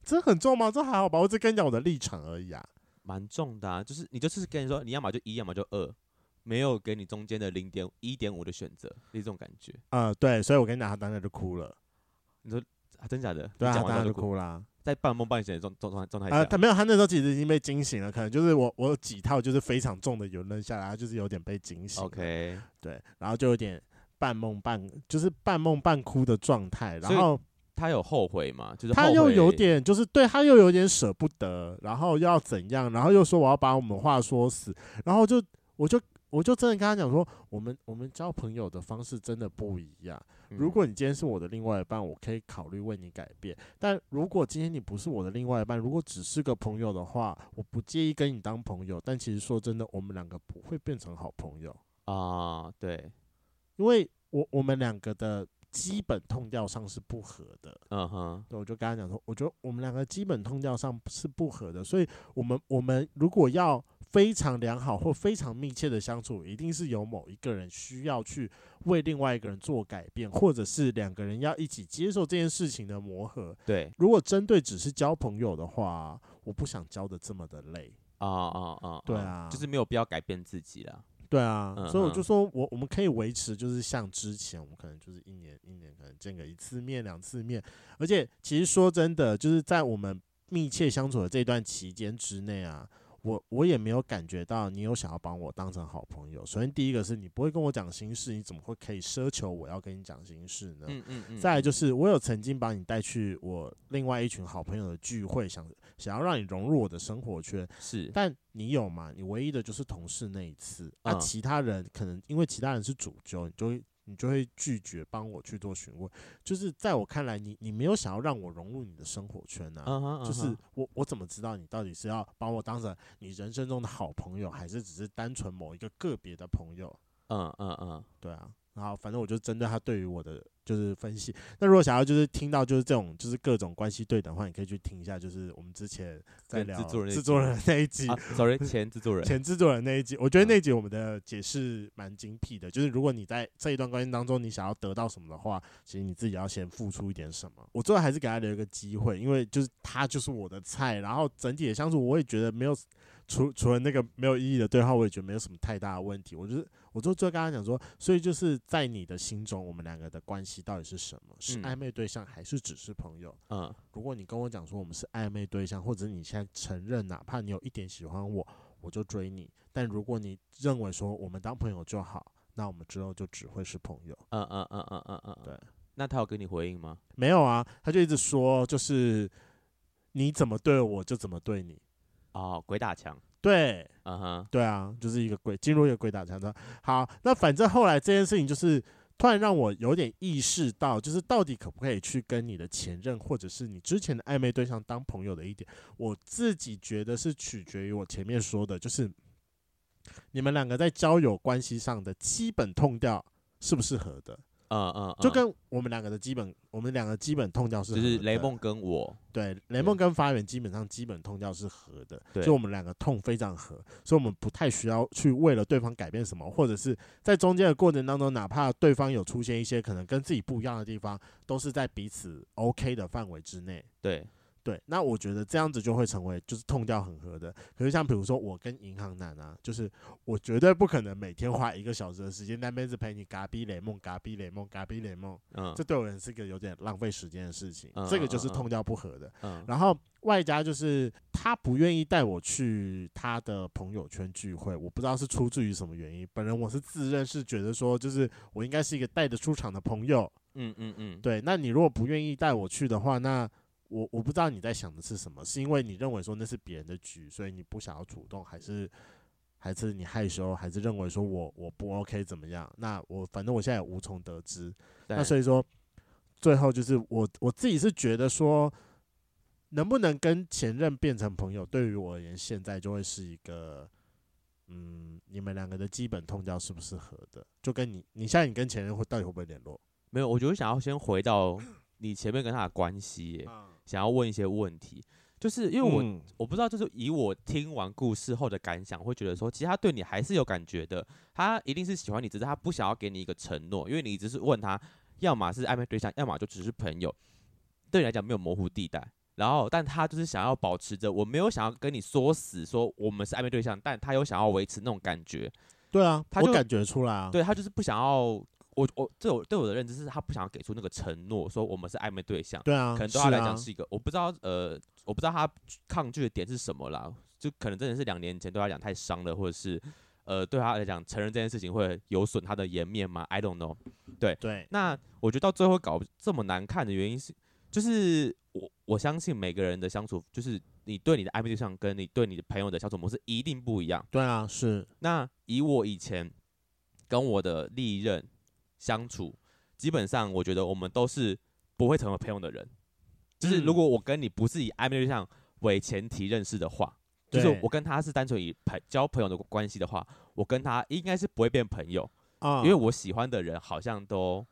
[SPEAKER 1] 这很重吗？这还好吧，我只跟你讲我的立场而已啊。
[SPEAKER 2] 蛮重的、啊，就是你就是跟人说，你要么就一，要么就二，没有给你中间的零点一点五的选择，你这种感觉
[SPEAKER 1] 呃，对，所以我跟你讲，他当时就哭了，
[SPEAKER 2] 啊，真假的？
[SPEAKER 1] 对
[SPEAKER 2] 你
[SPEAKER 1] 啊，他
[SPEAKER 2] 讲完
[SPEAKER 1] 当
[SPEAKER 2] 之后
[SPEAKER 1] 时就
[SPEAKER 2] 就哭，
[SPEAKER 1] 哭啦。
[SPEAKER 2] 在半梦半醒的状状状状态
[SPEAKER 1] 啊，
[SPEAKER 2] 下，
[SPEAKER 1] 他没有，他那时候其实已经被惊醒了，可能就是我我有几套就是非常重的言论下来，他就是有点被惊醒了。
[SPEAKER 2] OK，
[SPEAKER 1] 对，然后就有点半梦半就是半梦半哭的状态，
[SPEAKER 2] 所以
[SPEAKER 1] 然后
[SPEAKER 2] 他有后悔吗？就是
[SPEAKER 1] 他
[SPEAKER 2] 后
[SPEAKER 1] 又
[SPEAKER 2] 悔
[SPEAKER 1] 有点就是对他又有点舍不得，然后要怎样，然后又说我要把我们话说死，然后就我就。我就真的跟他讲说，我们我们交朋友的方式真的不一样。
[SPEAKER 2] 嗯
[SPEAKER 1] 如果你今天是我的另外一半，我可以考虑为你改变。但如果今天你不是我的另外一半，如果只是个朋友的话，我不介意跟你当朋友。但其实说真的，我们两个不会变成好朋友，
[SPEAKER 2] 啊、对，
[SPEAKER 1] 因为我我们两个的基本痛调上是不合的。
[SPEAKER 2] 嗯哼，
[SPEAKER 1] 对，我就跟他讲说，我觉得我们两个基本痛调上是不合的，所以我们我们如果要非常良好或非常密切的相处，一定是有某一个人需要去为另外一个人做改变，或者是两个人要一起接受这件事情的磨合。
[SPEAKER 2] 对，
[SPEAKER 1] 如果针对只是交朋友的话，我不想交的这么的累。
[SPEAKER 2] 啊啊啊，
[SPEAKER 1] 对啊
[SPEAKER 2] 啊就是没有必要改变自己啦。
[SPEAKER 1] 对啊，所以我
[SPEAKER 2] 嗯
[SPEAKER 1] 就
[SPEAKER 2] 哼
[SPEAKER 1] 说我我们可以维持，就是像之前，我们可能就是一年一年可能见个一次面两次面，而且其实说真的，就是在我们密切相处的这段期间之内啊，我我也没有感觉到你有想要把我当成好朋友。首先第一个是你不会跟我讲心事，你怎么会可以奢求我要跟你讲心事呢？
[SPEAKER 2] 嗯嗯嗯，
[SPEAKER 1] 啊再来就是是，我有曾经把你带去我另外一群好朋友的聚会，想想要让你融入我的生活圈，
[SPEAKER 2] 是，
[SPEAKER 1] 但你有嘛？你唯一的就是同事那一次，啊，
[SPEAKER 2] 嗯
[SPEAKER 1] 其他人可能因为其他人是主揪，你就会你就会拒绝帮我去做询问。就是在我看来，你你没有想要让我融入你的生活圈啊。
[SPEAKER 2] 嗯哼，
[SPEAKER 1] 就
[SPEAKER 2] 嗯
[SPEAKER 1] 是
[SPEAKER 2] 哼
[SPEAKER 1] 我，我怎么知道你到底是要把我当成你人生中的好朋友，还是只是单纯某一个个别的朋友？
[SPEAKER 2] 嗯嗯嗯，
[SPEAKER 1] 对啊，然后反正我就针对他对于我的就是分析。那如果想要就是听到就是这种就是各种关系对等的话，你可以去听一下，就是我们之前在
[SPEAKER 2] 跟
[SPEAKER 1] 聊
[SPEAKER 2] 制作人
[SPEAKER 1] 制
[SPEAKER 2] 那集
[SPEAKER 1] 作人那一集
[SPEAKER 2] 啊。，sorry，
[SPEAKER 1] *laughs*
[SPEAKER 2] 前制作人，
[SPEAKER 1] 前制作人那一集，我觉得
[SPEAKER 2] 嗯
[SPEAKER 1] 那一集我们的解释蛮精辟的。就是如果你在这一段关系当中，你想要得到什么的话，其实你自己要先付出一点什么。我最后还是给他留一个机会，因为就是他就是我的菜，然后整体的相处我也觉得没有除除了那个没有意义的对话，我也觉得没有什么太大的问题。我就是我就最后跟他讲说，所以就是在你的心中，我们两个的关系到底是什么？是
[SPEAKER 2] 嗯
[SPEAKER 1] 暧昧对象还是只是朋友？
[SPEAKER 2] 嗯，
[SPEAKER 1] 如果你跟我讲说我们是暧昧对象，或者你现在承认，哪怕你有一点喜欢我，我就追你。但如果你认为说我们当朋友就好，那我们之后就只会是朋友。
[SPEAKER 2] 嗯嗯嗯嗯嗯嗯，
[SPEAKER 1] 对。
[SPEAKER 2] 那他有跟你回应吗？
[SPEAKER 1] 没有啊，他就一直说，就是你怎么对我就怎么对你。
[SPEAKER 2] 哦，鬼打墙，
[SPEAKER 1] 对
[SPEAKER 2] 嗯哼，
[SPEAKER 1] 对啊，就是一个鬼进入一个鬼打墙的。好，那反正后来这件事情就是。突然让我有点意识到，就是到底可不可以去跟你的前任或者是你之前的暧昧对象当朋友的一点，我自己觉得是取决于我前面说的，就是你们两个在交友关系上的基本痛调是不是合的。
[SPEAKER 2] 嗯嗯，
[SPEAKER 1] 就
[SPEAKER 2] 嗯
[SPEAKER 1] 跟我们两个的基本，我们两个基本痛调是
[SPEAKER 2] 就
[SPEAKER 1] 合
[SPEAKER 2] 是
[SPEAKER 1] 的
[SPEAKER 2] 雷梦跟我，
[SPEAKER 1] 对雷梦跟发源基本上基本痛调是合的，
[SPEAKER 2] 对
[SPEAKER 1] 所以我们两个痛非常合，所以我们不太需要去为了对方改变什么，或者是在中间的过程当中，哪怕对方有出现一些可能跟自己不一样的地方，都是在彼此 OK 的范围之内。
[SPEAKER 2] 对，
[SPEAKER 1] 对，那我觉得这样子就会成为就是痛调很合的。可是像比如说我跟银行男啊，就是我绝对不可能每天花一个小时的时间在那边是陪你嘎逼雷梦嘎逼雷梦嘎逼雷梦，
[SPEAKER 2] 嗯
[SPEAKER 1] 这对我也是个有点浪费时间的事情
[SPEAKER 2] 嗯。
[SPEAKER 1] 这个就是
[SPEAKER 2] 嗯嗯
[SPEAKER 1] 痛调不合的。
[SPEAKER 2] 嗯
[SPEAKER 1] 然后外加就是他不愿意带我去他的朋友圈聚会，我不知道是出自于什么原因。本人我是自认是觉得说，就是我应该是一个带得出场的朋友。
[SPEAKER 2] 嗯嗯嗯，
[SPEAKER 1] 对，那你如果不愿意带我去的话，那我我不知道你在想的是什么，是因为你认为说那是别人的局，所以你不想要主动，还是还是你害羞，还是认为说我我不 OK 怎么样？那我反正我现在也无从得知。
[SPEAKER 2] 对，
[SPEAKER 1] 那所以说，最后就是我我自己是觉得说，能不能跟前任变成朋友，对于我而言，现在就会是一个，嗯，你们两个的基本通交是不是合的？就跟你，你现在你跟前任会到底会不会联络？
[SPEAKER 2] 没有，我觉得想要先回到你前面跟他的关系耶，想要问一些问题，就是因为我
[SPEAKER 1] 嗯
[SPEAKER 2] 我不知道，就是以我听完故事后的感想，会觉得说，其实他对你还是有感觉的，他一定是喜欢你，只是他不想要给你一个承诺，因为你只是问他，要么是暧昧对象，要么就只是朋友，对你来讲没有模糊地带。然后，但他就是想要保持着，我没有想要跟你说死，说我们是暧昧对象，但他又想要维持那种感觉，
[SPEAKER 1] 对啊，
[SPEAKER 2] 他
[SPEAKER 1] 我
[SPEAKER 2] 就
[SPEAKER 1] 感觉出来啊，
[SPEAKER 2] 对他就是不想要。我我对我对我的认知是他不想要给出那个承诺，说我们是暧昧对象。
[SPEAKER 1] 对啊，
[SPEAKER 2] 可能
[SPEAKER 1] 是
[SPEAKER 2] 对他来
[SPEAKER 1] 啊
[SPEAKER 2] 讲，是一个，我不知道，呃，我不知道他抗拒的点是什么啦，就可能真的是两年前对他来讲太伤了，或者是，呃，对他来讲承认这件事情会有损他的颜面吗？I don't know。
[SPEAKER 1] 对，
[SPEAKER 2] 那我觉得到最后搞这么难看的原因是，就是我我相信每个人的相处，就是你对你的暧昧对象跟你对你的朋友的相处模式一定不一样。
[SPEAKER 1] 对啊，是，
[SPEAKER 2] 那以我以前跟我的历任相处，基本上我觉得我们都是不会成为朋友的人。就是
[SPEAKER 1] 嗯
[SPEAKER 2] 如果我跟你不是以暧昧对象为前提认识的话，就是
[SPEAKER 1] 对
[SPEAKER 2] 我跟他是单纯以朋交朋友的关系的话，我跟他应该是不会变朋友，
[SPEAKER 1] 啊，
[SPEAKER 2] 因为我喜欢的人好像都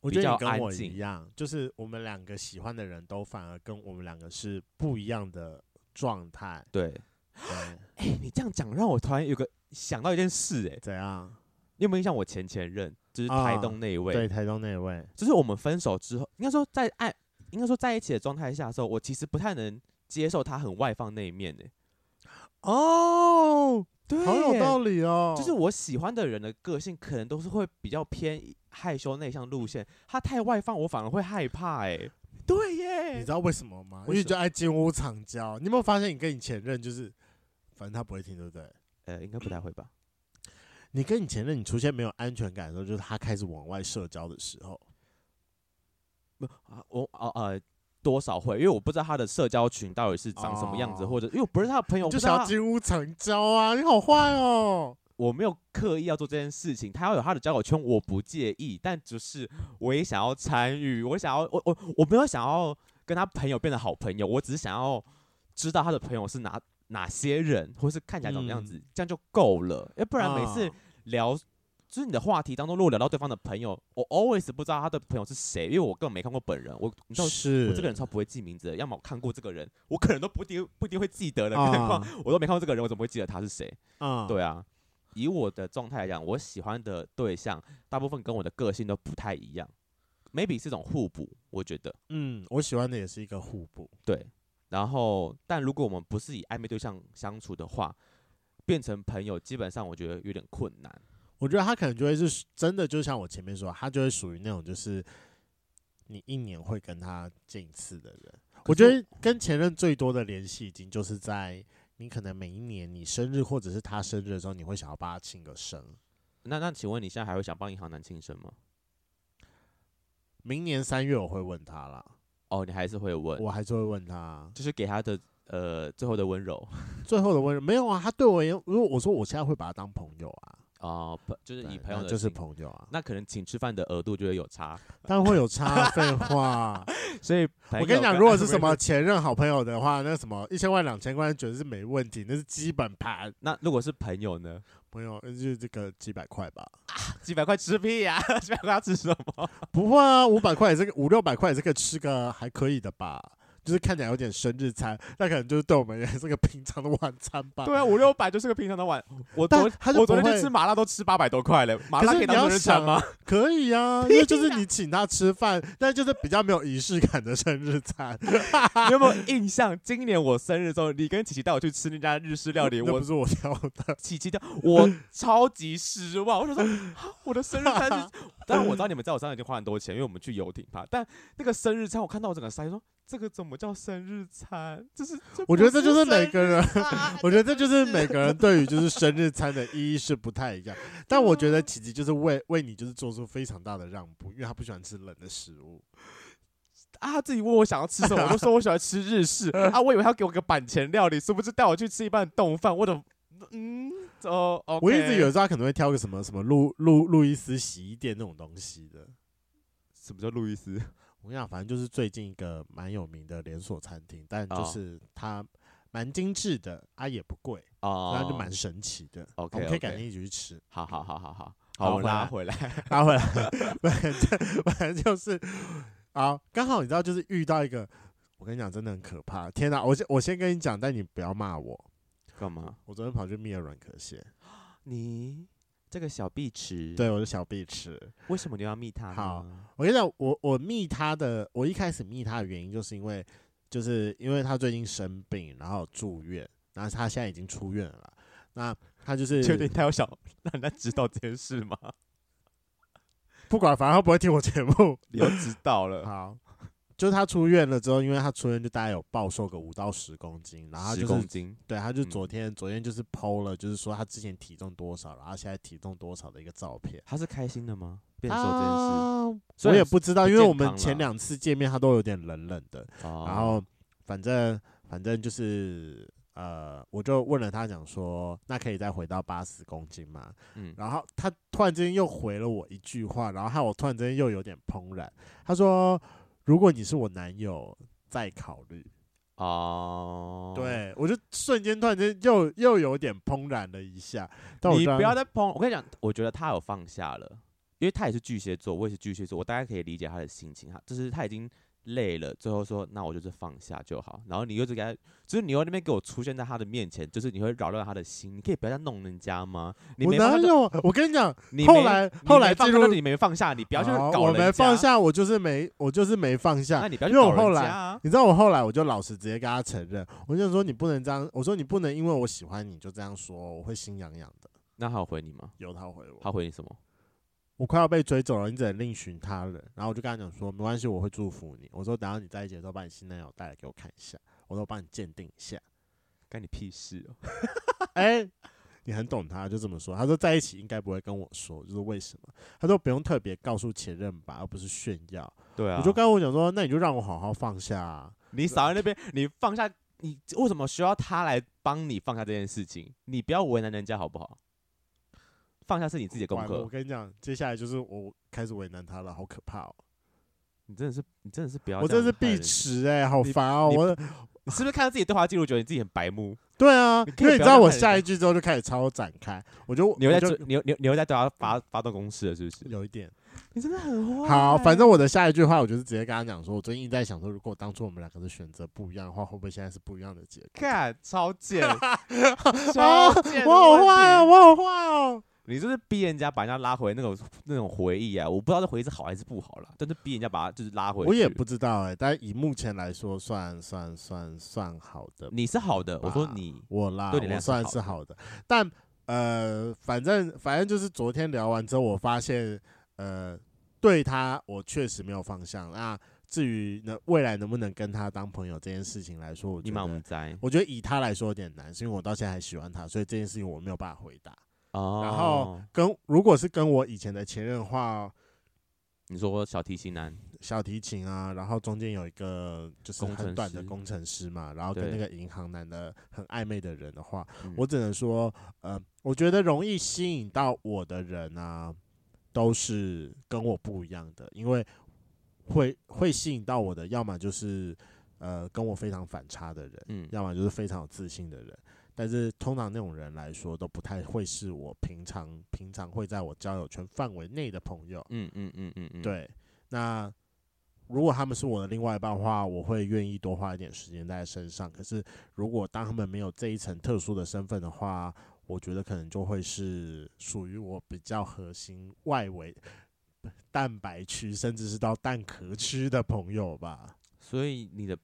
[SPEAKER 1] 我
[SPEAKER 2] 比
[SPEAKER 1] 觉得你
[SPEAKER 2] 较
[SPEAKER 1] 跟
[SPEAKER 2] 安
[SPEAKER 1] 我
[SPEAKER 2] 静
[SPEAKER 1] 一样，就是我们两个喜欢的人都反而跟我们两个是不一样的状态。
[SPEAKER 2] 对。
[SPEAKER 1] 对，
[SPEAKER 2] 哎、你这样讲让我突然有个想到一件事、哎，
[SPEAKER 1] 怎样？
[SPEAKER 2] 你有没有印象我前前任就是台
[SPEAKER 1] 啊
[SPEAKER 2] 东那一位？
[SPEAKER 1] 对，台中那一位，
[SPEAKER 2] 就是我们分手之后，应该说在爱，应该说在一起的状态下的时候，我其实不太能接受他很外放那一面呢、欸
[SPEAKER 1] 哦，
[SPEAKER 2] 对
[SPEAKER 1] 好有道
[SPEAKER 2] 理。
[SPEAKER 1] 理哦。
[SPEAKER 2] 就是我喜欢的人的个性，可能都是会比较偏害羞内向路线。他太外放，我反而会害怕、哎，对
[SPEAKER 1] 你
[SPEAKER 2] 耶
[SPEAKER 1] 知，道为什么吗？因
[SPEAKER 2] 为
[SPEAKER 1] 为
[SPEAKER 2] 什
[SPEAKER 1] 就爱金屋藏娇。你有没有发现，你跟你前任就是，反正他不会听，对不对？
[SPEAKER 2] 呃，应该不太会吧？
[SPEAKER 1] 你跟你前任，你出现没有安全感的时候，就是他开始往外社交的时候。
[SPEAKER 2] 啊，我哦呃，多少会，因为我不知道他的社交群到底是长什么样子，
[SPEAKER 1] 哦
[SPEAKER 2] 或者因为我不是他的朋友，
[SPEAKER 1] 你就
[SPEAKER 2] 我不知
[SPEAKER 1] 想
[SPEAKER 2] 道
[SPEAKER 1] 要
[SPEAKER 2] 他
[SPEAKER 1] 金屋藏娇啊！你好坏哦。
[SPEAKER 2] 我没有刻意要做这件事情，他要有他的交友圈，我不介意，但只是我也想要参与，我想要我我我没有想要跟他朋友变得好朋友，我只是想要知道他的朋友是哪哪些人，或是看起来怎么样
[SPEAKER 1] 嗯
[SPEAKER 2] 子，这样就够了，要不然每次
[SPEAKER 1] 啊
[SPEAKER 2] 聊。就是你的话题当中，如果聊到对方的朋友，我 always 不知道他的朋友是谁，因为我根本没看过本人。我你知道
[SPEAKER 1] 是
[SPEAKER 2] 我这个人超不会记名字的，要么我看过这个人，我可能都不一定不一定会记得了，
[SPEAKER 1] 啊
[SPEAKER 2] 更何况我都没看过这个人，我怎么会记得他是谁？
[SPEAKER 1] 啊，
[SPEAKER 2] 对啊，以我的状态来讲，我喜欢的对象大部分跟我的个性都不太一样，maybe 是一种互补，我觉得
[SPEAKER 1] 嗯，我喜欢的也是一个互补。
[SPEAKER 2] 对。然后，但如果我们不是以暧昧对象相处的话，变成朋友，基本上我觉得有点困难。
[SPEAKER 1] 我觉得他可能就会是真的，就像我前面说，他就会属于那种就是你一年会跟他见一次的人。我觉得跟前任最多的联系，已经就是在你可能每一年你生日或者是他生日的时候，你会想要帮他庆个生。
[SPEAKER 2] 那那，请问你现在还会想帮银行男庆生吗？
[SPEAKER 1] 明年三月我会问他啦，
[SPEAKER 2] 哦，你还是会问，
[SPEAKER 1] 我还是会问他
[SPEAKER 2] 就是给他的呃最后的温柔
[SPEAKER 1] 最后的温柔没有啊？他对我也，如果我说我现在会把他当朋友啊，
[SPEAKER 2] 哦，朋就是
[SPEAKER 1] 对
[SPEAKER 2] 以朋友
[SPEAKER 1] 那
[SPEAKER 2] 的
[SPEAKER 1] 就是
[SPEAKER 2] 性
[SPEAKER 1] 朋友啊，
[SPEAKER 2] 那可能请吃饭的额度就会有差，
[SPEAKER 1] 但会有差废话。
[SPEAKER 2] 所以
[SPEAKER 1] 我
[SPEAKER 2] 朋
[SPEAKER 1] 跟
[SPEAKER 2] 友
[SPEAKER 1] 你讲，如果
[SPEAKER 2] 暧
[SPEAKER 1] 是
[SPEAKER 2] 昧
[SPEAKER 1] 什么
[SPEAKER 2] *laughs* 对
[SPEAKER 1] 前任好朋友的话，那什么一千万、两千万绝对是没问题，那是基本盘。
[SPEAKER 2] 那如果是朋友呢？
[SPEAKER 1] 朋友，呃就是这个几百块吧。
[SPEAKER 2] 几百块吃屁呀、 *laughs* 几百块要吃什么？
[SPEAKER 1] 不会啊，五百块也是个五六百块也是可以吃个还可以的吧。就是看起来有点生日餐，那可能就是对我们也是个平常的晚餐吧。
[SPEAKER 2] 对啊，五六百就是个平常的碗。我
[SPEAKER 1] 但
[SPEAKER 2] 昨
[SPEAKER 1] 他就
[SPEAKER 2] 我昨
[SPEAKER 1] 不
[SPEAKER 2] 天
[SPEAKER 1] 会
[SPEAKER 2] 去吃麻辣都吃八百多块了，麻辣
[SPEAKER 1] 可是
[SPEAKER 2] 以
[SPEAKER 1] 你要
[SPEAKER 2] 当生日餐
[SPEAKER 1] 想
[SPEAKER 2] 吗？
[SPEAKER 1] 可以啊，因为就是你请他吃饭，但就是比较没有仪式感的生日餐。
[SPEAKER 2] 啊你有没有印象？ *laughs* 今年我生日之后，你跟琪琪带我去吃那家日式 *laughs* 料理，
[SPEAKER 1] *laughs* 那
[SPEAKER 2] 我
[SPEAKER 1] 不是我挑的，
[SPEAKER 2] 琪琪掉，我超级失望。我想说，啊我的生日餐 *laughs* 是……当然我知道你们在我身上已经花很多钱，因为我们去游艇吧。但那个生日餐，我看到我整个塞，说这个怎么叫生日餐？这是……
[SPEAKER 1] 我觉得这
[SPEAKER 2] 这
[SPEAKER 1] 就
[SPEAKER 2] 不
[SPEAKER 1] 是
[SPEAKER 2] 生
[SPEAKER 1] 每
[SPEAKER 2] 日
[SPEAKER 1] 个人，
[SPEAKER 2] *laughs*
[SPEAKER 1] *laughs*
[SPEAKER 2] 餐
[SPEAKER 1] 我觉得这就是
[SPEAKER 2] 不
[SPEAKER 1] 每个人对于就是生日餐的意义是不太一样。但我觉得
[SPEAKER 2] 嗯
[SPEAKER 1] 琪琪就是为为你就是做出非常大的让步，因为他不喜欢吃冷的食物。
[SPEAKER 2] 啊，他自己问我想要吃什么，我就说我喜欢吃日 *laughs* 式啊，我以为他给我个板前料理，殊不知带我去吃一半冻饭，我的嗯哦，OK，
[SPEAKER 1] 我一直以为说他可能会挑个什么什么路路路易斯洗衣店那种东西的。
[SPEAKER 2] 什么叫路易斯，
[SPEAKER 1] 我跟你讲，反正就是最近一个蛮有名的连锁餐厅，但就
[SPEAKER 2] 哦
[SPEAKER 1] 是它蛮精致的，啊也不贵，
[SPEAKER 2] 哦
[SPEAKER 1] 然后就蛮神奇的。
[SPEAKER 2] OK，
[SPEAKER 1] 我们可以
[SPEAKER 2] OK
[SPEAKER 1] 改天一起去吃。
[SPEAKER 2] 好好好好好，
[SPEAKER 1] 好
[SPEAKER 2] 好，我
[SPEAKER 1] 回来
[SPEAKER 2] 拉回来，
[SPEAKER 1] *laughs* 拉回来，反正反正就是啊，刚好你知道，就是遇到一个，我跟你讲，真的很可怕。天哪，我先我先跟你讲，但你不要骂我。
[SPEAKER 2] 干嘛？
[SPEAKER 1] 我昨天跑去灭了软壳蟹，
[SPEAKER 2] 你这个小碧池，，
[SPEAKER 1] 对我的小碧池。
[SPEAKER 2] 为什么你要密他？
[SPEAKER 1] 好，我跟你讲，我我密他的，我一开始密他的原因就是因为，就是因为他最近生病，然后住院，然后他现在已经出院了啦。那他就是
[SPEAKER 2] *laughs* 确定他要想让人家知道这件事吗？
[SPEAKER 1] 不管，反正他不会听我节目。
[SPEAKER 2] *laughs* 你都知道了，
[SPEAKER 1] 好，就是他出院了之后，因为他出院就大概有暴瘦个五到十公斤，然后他
[SPEAKER 2] 十
[SPEAKER 1] 就是
[SPEAKER 2] 公斤，
[SPEAKER 1] 对，他就
[SPEAKER 2] 嗯
[SPEAKER 1] 昨天、昨天就是剖了，就是说他之前体重多少，然后现在体重多少的一个照片。
[SPEAKER 2] 他是开心的吗？变瘦这件事，
[SPEAKER 1] 啊，
[SPEAKER 2] 虽
[SPEAKER 1] 我
[SPEAKER 2] 然
[SPEAKER 1] 也不知道，
[SPEAKER 2] 不
[SPEAKER 1] 因为
[SPEAKER 2] 健
[SPEAKER 1] 我们
[SPEAKER 2] 康
[SPEAKER 1] 前
[SPEAKER 2] 啦哦
[SPEAKER 1] 两次见面他都有点冷冷的，然
[SPEAKER 2] 然
[SPEAKER 1] 后反正反正就是呃，我就问了他讲说，那可以再回到八十公斤吗？
[SPEAKER 2] 嗯，
[SPEAKER 1] 然后他突然之间又回了我一句话，然后害我突然之间又有点怦然，他说：“如果你是我男友，再考虑。”
[SPEAKER 2] 哦，。
[SPEAKER 1] 对，我就瞬间突然间又又有点怦然了一下。但我
[SPEAKER 2] 你
[SPEAKER 1] 突然
[SPEAKER 2] 不要再碰！我跟你讲，我觉得他有放下了，因为他也是巨蟹座，我也是巨蟹座，我大概可以理解他的心情。他就是他已经累了，最后说那我就是放下就好。然后你又就给他，就是你又那边给我出现在他的面前，就是你会扰乱他的心。你可以不要再弄人家吗？你
[SPEAKER 1] 我
[SPEAKER 2] 没
[SPEAKER 1] 哪
[SPEAKER 2] 放下就，
[SPEAKER 1] 有？我跟你讲，
[SPEAKER 2] 你
[SPEAKER 1] 后
[SPEAKER 2] 没
[SPEAKER 1] 来
[SPEAKER 2] 你
[SPEAKER 1] 后
[SPEAKER 2] 没
[SPEAKER 1] 来
[SPEAKER 2] 放
[SPEAKER 1] 进
[SPEAKER 2] 下
[SPEAKER 1] 入
[SPEAKER 2] 就是你没放下，你不要去
[SPEAKER 1] 好
[SPEAKER 2] 搞
[SPEAKER 1] 我
[SPEAKER 2] 人家。
[SPEAKER 1] 没放，下，我就是没，我就是没放下
[SPEAKER 2] 那。你不要
[SPEAKER 1] 因
[SPEAKER 2] 去
[SPEAKER 1] 为我
[SPEAKER 2] 搞
[SPEAKER 1] 后
[SPEAKER 2] 人
[SPEAKER 1] 来
[SPEAKER 2] 家啊。
[SPEAKER 1] 你知道我后来我就老实直接跟他承认，我就说你不能这样，我说你不能因为我喜欢你就这样说，我会心痒痒的。
[SPEAKER 2] 那他有回你吗？
[SPEAKER 1] 有他回我，
[SPEAKER 2] 他回你什么？
[SPEAKER 1] 我快要被追走了，你只能另寻他人。然后我就跟他讲说，没关系，我会祝福你。我说等到你在一起的时候，把你新男友带来给我看一下，我说我帮你鉴定一下。
[SPEAKER 2] 干你屁事哦！
[SPEAKER 1] 哎、你很懂他，就这么说。他说在一起应该不会跟我说，就是为什么？他说不用特别告诉前任吧，而不是炫耀。
[SPEAKER 2] 对啊，
[SPEAKER 1] 我就跟我讲说，那你就让我好好放下、啊。
[SPEAKER 2] 你少在那边，你放下，你为什么需要他来帮你放下这件事情？你不要为难人家好不好？放下是你自己的功
[SPEAKER 1] 完了我
[SPEAKER 2] 课，
[SPEAKER 1] 跟你讲，接下来就是我开始为难他了，好可怕哦！
[SPEAKER 2] 你真的是，你真的是不要
[SPEAKER 1] 我
[SPEAKER 2] 这
[SPEAKER 1] 真
[SPEAKER 2] 样
[SPEAKER 1] 是
[SPEAKER 2] 害
[SPEAKER 1] 必
[SPEAKER 2] 人
[SPEAKER 1] 吃哎、好
[SPEAKER 2] 你
[SPEAKER 1] 烦哦！
[SPEAKER 2] 你
[SPEAKER 1] 我
[SPEAKER 2] 你是不是看到自己对话记录，觉得你自己很白目？
[SPEAKER 1] 对啊
[SPEAKER 2] 你，可
[SPEAKER 1] 因
[SPEAKER 2] 以
[SPEAKER 1] 为你
[SPEAKER 2] 不
[SPEAKER 1] 知道
[SPEAKER 2] 要再
[SPEAKER 1] 我
[SPEAKER 2] 看人
[SPEAKER 1] 下
[SPEAKER 2] 家
[SPEAKER 1] 一句之后就开始超展开，我就
[SPEAKER 2] 你又
[SPEAKER 1] 我
[SPEAKER 2] 在
[SPEAKER 1] 就
[SPEAKER 2] 追，你又你又你又在对他发发动攻势了，是不是？
[SPEAKER 1] 有一点
[SPEAKER 2] 你真的很坏。
[SPEAKER 1] 好，反正我的下一句话，我就是直接跟他讲说，我最近一直在想说，如果当初我们两个的选择不一样的话，会不会现在是不一样的结果？
[SPEAKER 2] 看超贱，
[SPEAKER 1] 啊
[SPEAKER 2] 超贱的
[SPEAKER 1] 我好
[SPEAKER 2] 问
[SPEAKER 1] 坏哦，
[SPEAKER 2] 题！
[SPEAKER 1] 我好坏哦。
[SPEAKER 2] 你就是逼人家把人家拉回那种那种回忆啊！我不知道这回忆是好还是不好了，但是逼人家把他就是拉回去。
[SPEAKER 1] 我也不知道哎、但以目前来说，算算算算好的。
[SPEAKER 2] 你是好的，我说
[SPEAKER 1] 吧
[SPEAKER 2] 你
[SPEAKER 1] 我啦，
[SPEAKER 2] 嗯对你来
[SPEAKER 1] 我
[SPEAKER 2] 讲是
[SPEAKER 1] 算
[SPEAKER 2] 好
[SPEAKER 1] 是
[SPEAKER 2] 的
[SPEAKER 1] 好的，但呃，反正反正就是昨天聊完之后，我发现呃，对他我确实没有方向。那至于呢，未来能不能跟他当朋友这件事情来说，我
[SPEAKER 2] 你
[SPEAKER 1] 觉
[SPEAKER 2] 满我们
[SPEAKER 1] 得。
[SPEAKER 2] 栽
[SPEAKER 1] 我觉得以他来说有点难，是因为我到现在还喜欢他，所以这件事情我没有办法回答。
[SPEAKER 2] 哦。
[SPEAKER 1] 然后跟如果是跟我以前的前任的话，
[SPEAKER 2] 你说小提琴男，
[SPEAKER 1] 小提琴啊，然后中间有一个就是
[SPEAKER 2] 工程
[SPEAKER 1] 很短的
[SPEAKER 2] 师
[SPEAKER 1] 工程师嘛，然后跟那
[SPEAKER 2] 对
[SPEAKER 1] 个银行男的很暧昧的人的话，
[SPEAKER 2] 嗯
[SPEAKER 1] 我只能说，呃，我觉得容易吸引到我的人啊，都是跟我不一样的，因为会会吸引到我的，要么就是呃跟我非常反差的人，
[SPEAKER 2] 嗯
[SPEAKER 1] 要么就是非常有自信的人。但是通常那种人来说，都不太会是我平常平常会在我交友圈范围内的朋友。
[SPEAKER 2] 嗯嗯嗯嗯嗯，，
[SPEAKER 1] 对，那如果他们是我的另外一半的话，我会愿意多花一点时间在身上。可是如果当他们没有这一层特殊的身份的话，我觉得可能就会是属于我比较核心外围蛋白区，甚至是到蛋壳区的朋友吧。
[SPEAKER 2] 所以你的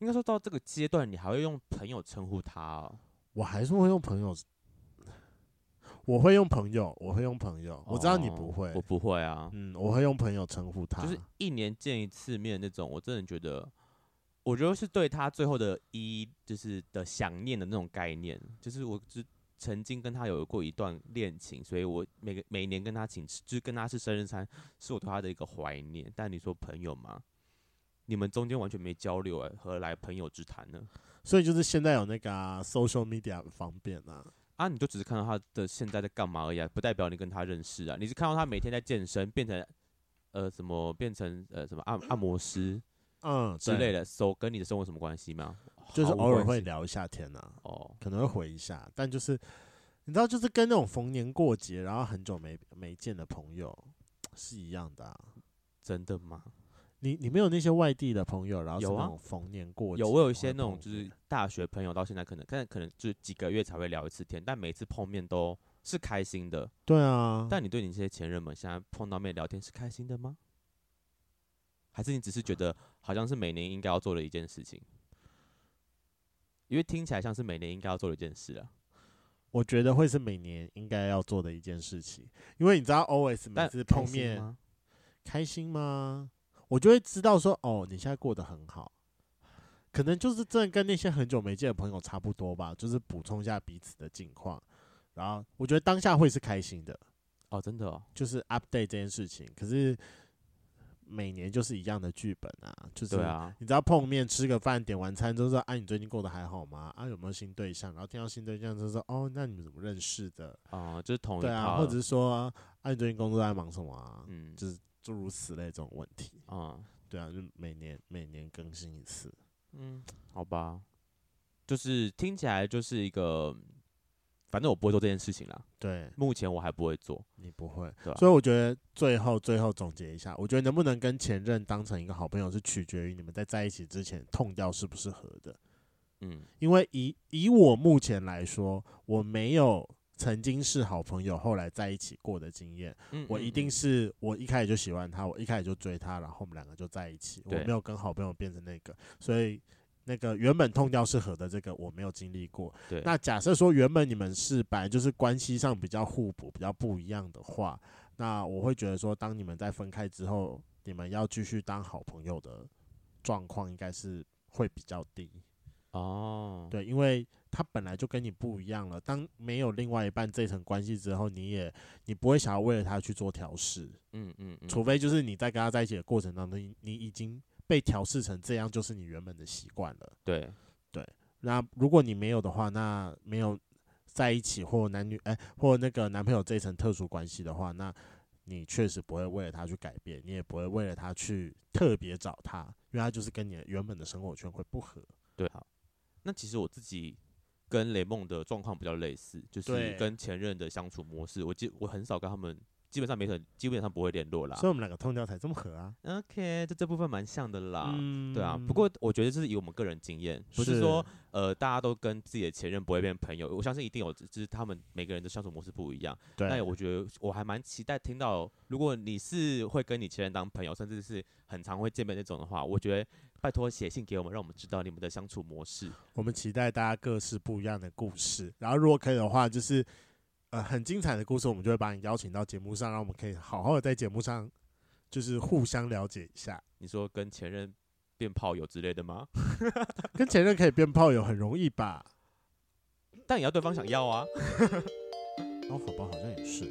[SPEAKER 2] 应该说到这个阶段，你还会用朋友称呼他、哦，
[SPEAKER 1] 我还是会用朋友，我会用朋友，我会用朋友。我知道你
[SPEAKER 2] 哦
[SPEAKER 1] 不会
[SPEAKER 2] 我，不会啊，
[SPEAKER 1] 嗯，我会用朋友称呼他。
[SPEAKER 2] 就是一年见一次面那种，我真的觉得，我觉得是对他最后的一就是的想念的那种概念，就是我只曾经跟他有过一段恋情，所以我每个每年跟他请吃，就是跟他吃生日餐，是我对他的一个怀念。但你说朋友吗？你们中间完全没交流、哎，何来朋友之谈呢？
[SPEAKER 1] 所以就是现在有那个啊、social media 很方便啊。
[SPEAKER 2] 啊，你就只是看到他的现在在干嘛而已、啊，不代表你跟他认识啊。你是看到他每天在健身，变成呃什么，变成呃什么按按摩师
[SPEAKER 1] 嗯
[SPEAKER 2] 之
[SPEAKER 1] 对
[SPEAKER 2] 类的，手跟你的生活有什么关系吗？
[SPEAKER 1] 就是
[SPEAKER 2] 毫无
[SPEAKER 1] 偶尔
[SPEAKER 2] 关
[SPEAKER 1] 会
[SPEAKER 2] 系
[SPEAKER 1] 聊一下天啊，
[SPEAKER 2] 哦，
[SPEAKER 1] 可能会回一下，但就是你知道，就是跟那种逢年过节，然后很久没没见的朋友是一样的、啊。
[SPEAKER 2] 真的吗？
[SPEAKER 1] 你你没有那些外地的朋友，然后是
[SPEAKER 2] 有啊
[SPEAKER 1] 那种逢年过节，
[SPEAKER 2] 有，我有一些那
[SPEAKER 1] 然后
[SPEAKER 2] 种
[SPEAKER 1] 碰
[SPEAKER 2] 就是
[SPEAKER 1] 面
[SPEAKER 2] 大学朋友，到现在可能，但可能就是几个月才会聊一次天，但每次碰面都是开心的。
[SPEAKER 1] 对啊，
[SPEAKER 2] 但你对你这些前任们现在碰到面聊天是开心的吗？还是你只是觉得好像是每年应该要做的一件事情？因为听起来像是每年应该要做的一件事啊。
[SPEAKER 1] 我觉得会是每年应该要做的一件事情，因为你知道，always 每
[SPEAKER 2] 但
[SPEAKER 1] 次
[SPEAKER 2] 开
[SPEAKER 1] 碰
[SPEAKER 2] 心
[SPEAKER 1] 面
[SPEAKER 2] 吗
[SPEAKER 1] 开心吗？我就会知道说，哦，你现在过得很好，可能就是真的跟那些很久没见的朋友差不多吧，就是补充一下彼此的近况。然后我觉得当下会是开心的，
[SPEAKER 2] 哦，真的哦，
[SPEAKER 1] 就是 update 这件事情。可是每年就是一样的剧本啊，就是
[SPEAKER 2] 对啊，
[SPEAKER 1] 你知道碰面吃个饭，点完餐之后说，啊，你最近过得还好吗？啊，有没有新对象？然后听到新对象就说，哦，那你们怎么认识的？
[SPEAKER 2] 啊、就是同一
[SPEAKER 1] 对
[SPEAKER 2] 套
[SPEAKER 1] 啊，或
[SPEAKER 2] 了
[SPEAKER 1] 者是说，啊，你最近工作在忙什么啊？
[SPEAKER 2] 嗯，
[SPEAKER 1] 就诸如此类这种问题。
[SPEAKER 2] 啊、
[SPEAKER 1] 对啊，就每年每年更新一次。
[SPEAKER 2] 嗯，好吧，就是听起来就是一个，反正我不会做这件事情啦。
[SPEAKER 1] 对
[SPEAKER 2] 目前我还不会做，
[SPEAKER 1] 你不会，
[SPEAKER 2] 对啊
[SPEAKER 1] 所以我觉得最后最后总结一下，我觉得能不能跟前任当成一个好朋友，是取决于你们在在一起之前痛掉是不是合的。
[SPEAKER 2] 嗯，
[SPEAKER 1] 因为以以我目前来说，我没有曾经是好朋友，后来在一起过的经验。
[SPEAKER 2] 嗯
[SPEAKER 1] 我
[SPEAKER 2] 嗯
[SPEAKER 1] 一定
[SPEAKER 2] 嗯
[SPEAKER 1] 是我一开始就喜欢他，我一开始就追他，然后我们两个就在一起。我
[SPEAKER 2] 对
[SPEAKER 1] 没有跟好朋友变成那个，所以那个原本痛掉是合的这个我没有经历过。
[SPEAKER 2] 对
[SPEAKER 1] 那假设说原本你们是本来就是关系上比较互补、比较不一样的话，那我会觉得说，当你们在分开之后，你们要继续当好朋友的状况应该是会比较低。
[SPEAKER 2] 哦，
[SPEAKER 1] 对，因为他本来就跟你不一样了。当没有另外一半这层关系之后，你也你不会想要为了他去做调试，
[SPEAKER 2] 嗯嗯嗯，
[SPEAKER 1] 除非就是你在跟他在一起的过程当中，你你已经被调试成这样，就是你原本的习惯了。
[SPEAKER 2] 对，
[SPEAKER 1] 那如果你没有的话，那没有在一起或男女哎、或那个男朋友这层特殊关系的话，那你确实不会为了他去改变，你也不会为了他去特别找他，因为他就是跟你的原本的生活圈会不合。
[SPEAKER 2] 对，好。那其实我自己跟雷梦的状况比较类似，就是
[SPEAKER 1] 对
[SPEAKER 2] 跟前任的相处模式，我基我很少跟他们，基本上没很，基本上不会联络啦
[SPEAKER 1] 所以。我们两个痛掉才这么合啊。
[SPEAKER 2] OK，这这部分蛮像的啦。
[SPEAKER 1] 嗯
[SPEAKER 2] 对啊，不过我觉得这是以我们个人经验，不是说呃大家都跟自己的前任不会变朋友，我相信一定有，就是他们每个人的相处模式不一样。
[SPEAKER 1] 对，
[SPEAKER 2] 那我觉得我还蛮期待听到，如果你是会跟你前任当朋友，甚至是很常会见面那种的话，我觉得拜托写信给我们，让我们知道你们的相处模式。
[SPEAKER 1] 我们期待大家各式不一样的故事。然后如果可以的话，就是呃很精彩的故事，我们就会把你邀请到节目上，让我们可以好好的在节目上就是互相了解一下。
[SPEAKER 2] 你说跟前任变炮友之类的吗？ *laughs*
[SPEAKER 1] 跟前任可以变炮友很容易吧？
[SPEAKER 2] 但也要对方想要啊。
[SPEAKER 1] 然后哦火爆好像也是。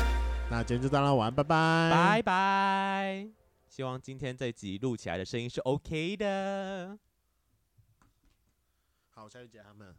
[SPEAKER 1] 那今天就到这，晚安，拜拜，
[SPEAKER 2] 拜拜。希望今天这集录起来的声音是 OK 的。
[SPEAKER 1] 好，我下去接他们。